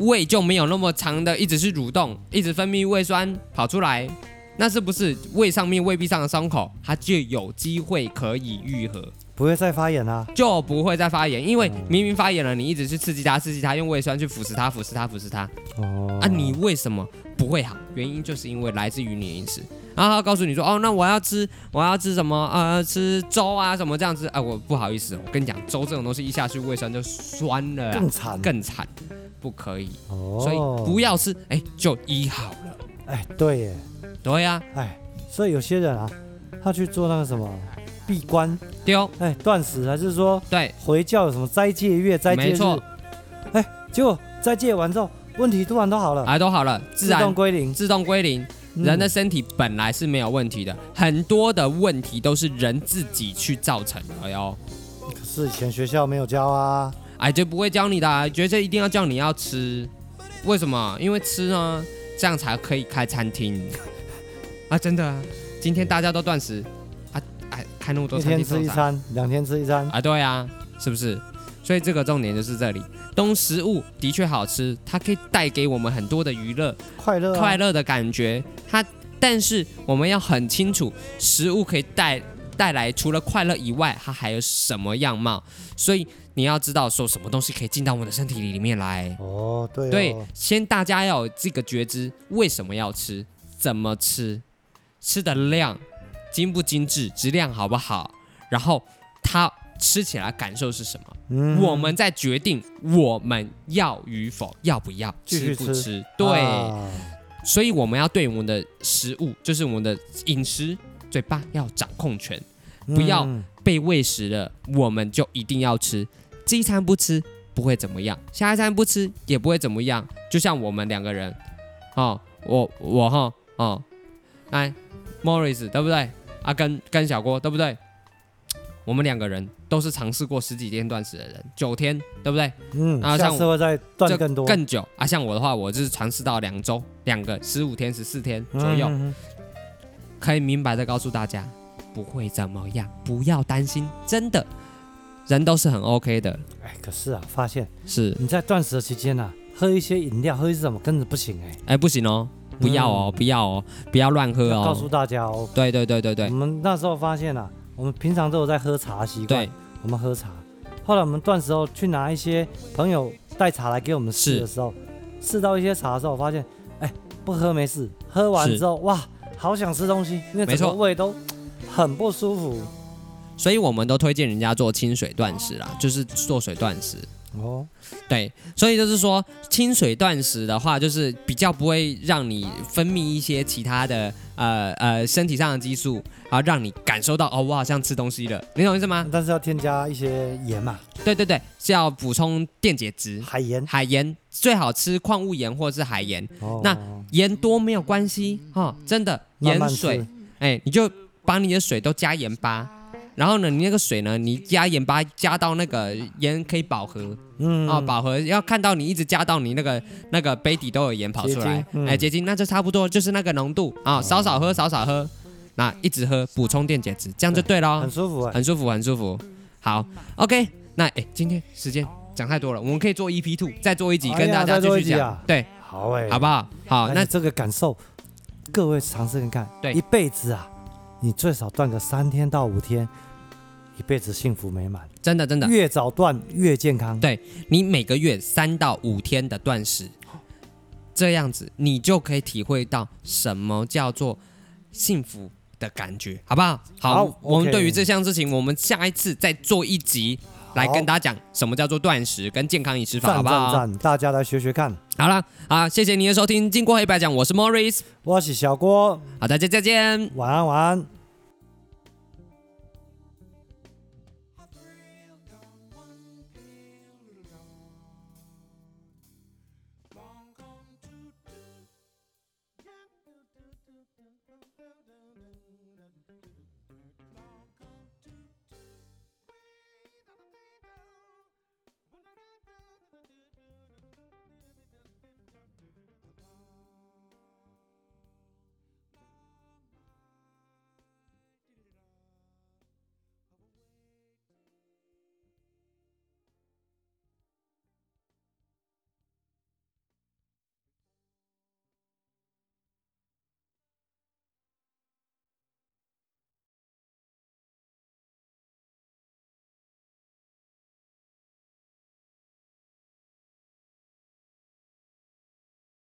Speaker 4: 胃就没有那么长的一直是蠕动，一直分泌胃酸跑出来，那是不是胃上面胃壁上的伤口，它就有机会可以愈合，
Speaker 5: 不会再发炎啊，
Speaker 4: 就不会再发炎？因为明明发炎了，你一直去刺激它，刺激它，用胃酸去腐蚀它，腐蚀它，腐蚀它
Speaker 5: 哦，
Speaker 4: 啊，你为什么不会好？原因就是因为来自于你的饮食。然后他告诉你说，哦，那我要吃，我要吃什么？呃，吃粥啊，什么这样子啊？我不好意思，我跟你讲，粥这种东西一下去胃酸就酸了啊、
Speaker 5: 更惨，
Speaker 4: 更惨，不可以，
Speaker 5: 哦，
Speaker 4: 所以不要吃，哎、就医好了。
Speaker 5: 哎，对耶，
Speaker 4: 对呀、
Speaker 5: 哎，所以有些人啊，他去做那个什么闭关，
Speaker 4: 丢
Speaker 5: 哎，断食，还是说
Speaker 4: 哦对，
Speaker 5: 回教有什么斋戒月、斋戒
Speaker 4: 没
Speaker 5: 日，
Speaker 4: 错，
Speaker 5: 结果斋戒完之后，问题突然都好了，
Speaker 4: 啊，都好了，自
Speaker 5: 自动
Speaker 4: 然
Speaker 5: 归零。
Speaker 4: 自动归零。
Speaker 5: 嗯
Speaker 4: 人的身体本来是没有问题的，很多的问题都是人自己去造成的哟。
Speaker 5: 可是以前学校没有教啊，
Speaker 4: 哎，就不会教你的、啊，觉得一定要叫你要吃，为什么？因为吃呢，这样才可以开餐厅 啊！真的啊，今天大家都断食啊，哎，开那么多
Speaker 5: 一
Speaker 4: 餐
Speaker 5: 天
Speaker 4: 厅
Speaker 5: 吃一
Speaker 4: 做啥
Speaker 5: 餐，两天吃一餐，
Speaker 4: 啊，对啊，是不是？所以这个重点就是这里，东食物的确好吃，它可以带给我们很多的娱乐、
Speaker 5: 快乐啊
Speaker 4: 快乐的感觉。它，但是我们要很清楚，食物可以带带来除了快乐以外，它还有什么样貌？所以你要知道说什么东西可以进到我们的身体里面来。
Speaker 5: 哦，对哦
Speaker 4: 对，先大家要有这个觉知，为什么要吃，怎么吃，吃的量精不精致，质量好不好，然后它吃起来感受是什么，
Speaker 5: 嗯
Speaker 4: 我们再决定我们要与否，要不要
Speaker 5: 继续
Speaker 4: 吃不
Speaker 5: 吃
Speaker 4: 吃。对，
Speaker 5: 啊
Speaker 4: 所以我们要对我们的食物，就是我们的饮食，嘴巴要掌控权。不要
Speaker 5: 嗯
Speaker 4: 被喂食了，我们就一定要吃。这一餐不吃不会怎么样，下一餐不吃也不会怎么样。就像我们两个人，哦，我我哈哦，哎，Morris 对不对？啊，跟跟小郭对不对？我们两个人都是尝试过十几天断食的人，九天对不对？
Speaker 5: 嗯，
Speaker 4: 啊
Speaker 5: 下
Speaker 4: 像
Speaker 5: 次会再断
Speaker 4: 就
Speaker 5: 更多
Speaker 4: 更久啊。像我的话，我就是尝试到两周，两个十五天、十四天左右，
Speaker 5: 嗯嗯
Speaker 4: 可以明白的告诉大家，不会怎么样，不要担心，真的，人都是很 OK 的，
Speaker 5: 嗯哎，可是啊，发现
Speaker 4: 是，
Speaker 5: 你在断食的期间啊，喝一些饮料，喝一些什么根本不行哎、
Speaker 4: 哎，不行哦，不要哦，不要哦，不要乱喝
Speaker 5: 嗯要告诉
Speaker 4: 哦，
Speaker 5: 大家哦，
Speaker 4: 对对对对
Speaker 5: 我
Speaker 4: 对
Speaker 5: 们那时候发现啊，我们平常都有在喝茶的习惯
Speaker 4: 对，，
Speaker 5: 我们喝茶。后来我们断食后去拿一些朋友带茶来给我们试
Speaker 4: 是
Speaker 5: 的时候，试到一些茶的时候，发现，哎，不喝没事，喝完
Speaker 4: 是
Speaker 5: 之后，哇，好想吃东西，因为
Speaker 4: 没
Speaker 5: 整
Speaker 4: 错
Speaker 5: 个胃都很不舒服。
Speaker 4: 所以我们都推荐人家做清水断食啦，就是做水断食，
Speaker 5: 哦，
Speaker 4: 对，所以就是说清水断食的话，就是比较不会让你分泌一些其他的呃呃身体上的激素，然后让你感受到哦，我好像吃东西了，你懂我意思吗？
Speaker 5: 但是要添加一些盐嘛，
Speaker 4: 对对对，是要补充电解质，
Speaker 5: 海盐。
Speaker 4: 海盐最好吃矿物盐或是海盐，
Speaker 5: 哦，
Speaker 4: 那盐多没有关系哈、真的
Speaker 5: 慢慢
Speaker 4: 盐
Speaker 5: 吃
Speaker 4: 水，哎，你就把你的水都加盐巴，然后呢，你那个水呢，你加盐巴加到那个盐可以饱和
Speaker 5: 嗯
Speaker 4: 啊、饱和要看到你一直加到你那个那个杯底都有盐跑出来
Speaker 5: 结晶，嗯哦
Speaker 4: 哎，结晶那就差不多就是那个浓度啊、少少喝少少喝，那一直喝补充电解质，这样就对喽，
Speaker 5: 很舒服哎、
Speaker 4: 很舒服，很舒服。好，OK，那哎，今天时间讲太多了，我们可以做 EP two，再做一集
Speaker 5: 哎呀
Speaker 4: 跟大家
Speaker 5: 再
Speaker 4: 继
Speaker 5: 做
Speaker 4: 续
Speaker 5: 一集
Speaker 4: 讲，
Speaker 5: 啊
Speaker 4: 对，
Speaker 5: 好哎、
Speaker 4: 好不好？好，
Speaker 5: 那
Speaker 4: 那
Speaker 5: 你这个感受，各位尝试看看，
Speaker 4: 对
Speaker 5: 一辈子啊，你最少断个三天到五天，一辈子幸福美满，
Speaker 4: 真的真的，
Speaker 5: 越早断越健康。
Speaker 4: 对你每个月三到五天的断食，这样子你就可以体会到什么叫做幸福。的感觉，好不好？好，
Speaker 5: 好
Speaker 4: 我们
Speaker 5: OK
Speaker 4: 对于这项事情，我们下一次再做一集来跟大家讲什么叫做断食跟健康饮食法，好
Speaker 5: 赞
Speaker 4: 不好？
Speaker 5: 赞赞，大家来学学看。
Speaker 4: 好了，好，谢谢您的收听，经过黑白讲，我是 Morris，
Speaker 5: 我是小郭，
Speaker 4: 好，大家再见。
Speaker 5: 晚安晚安。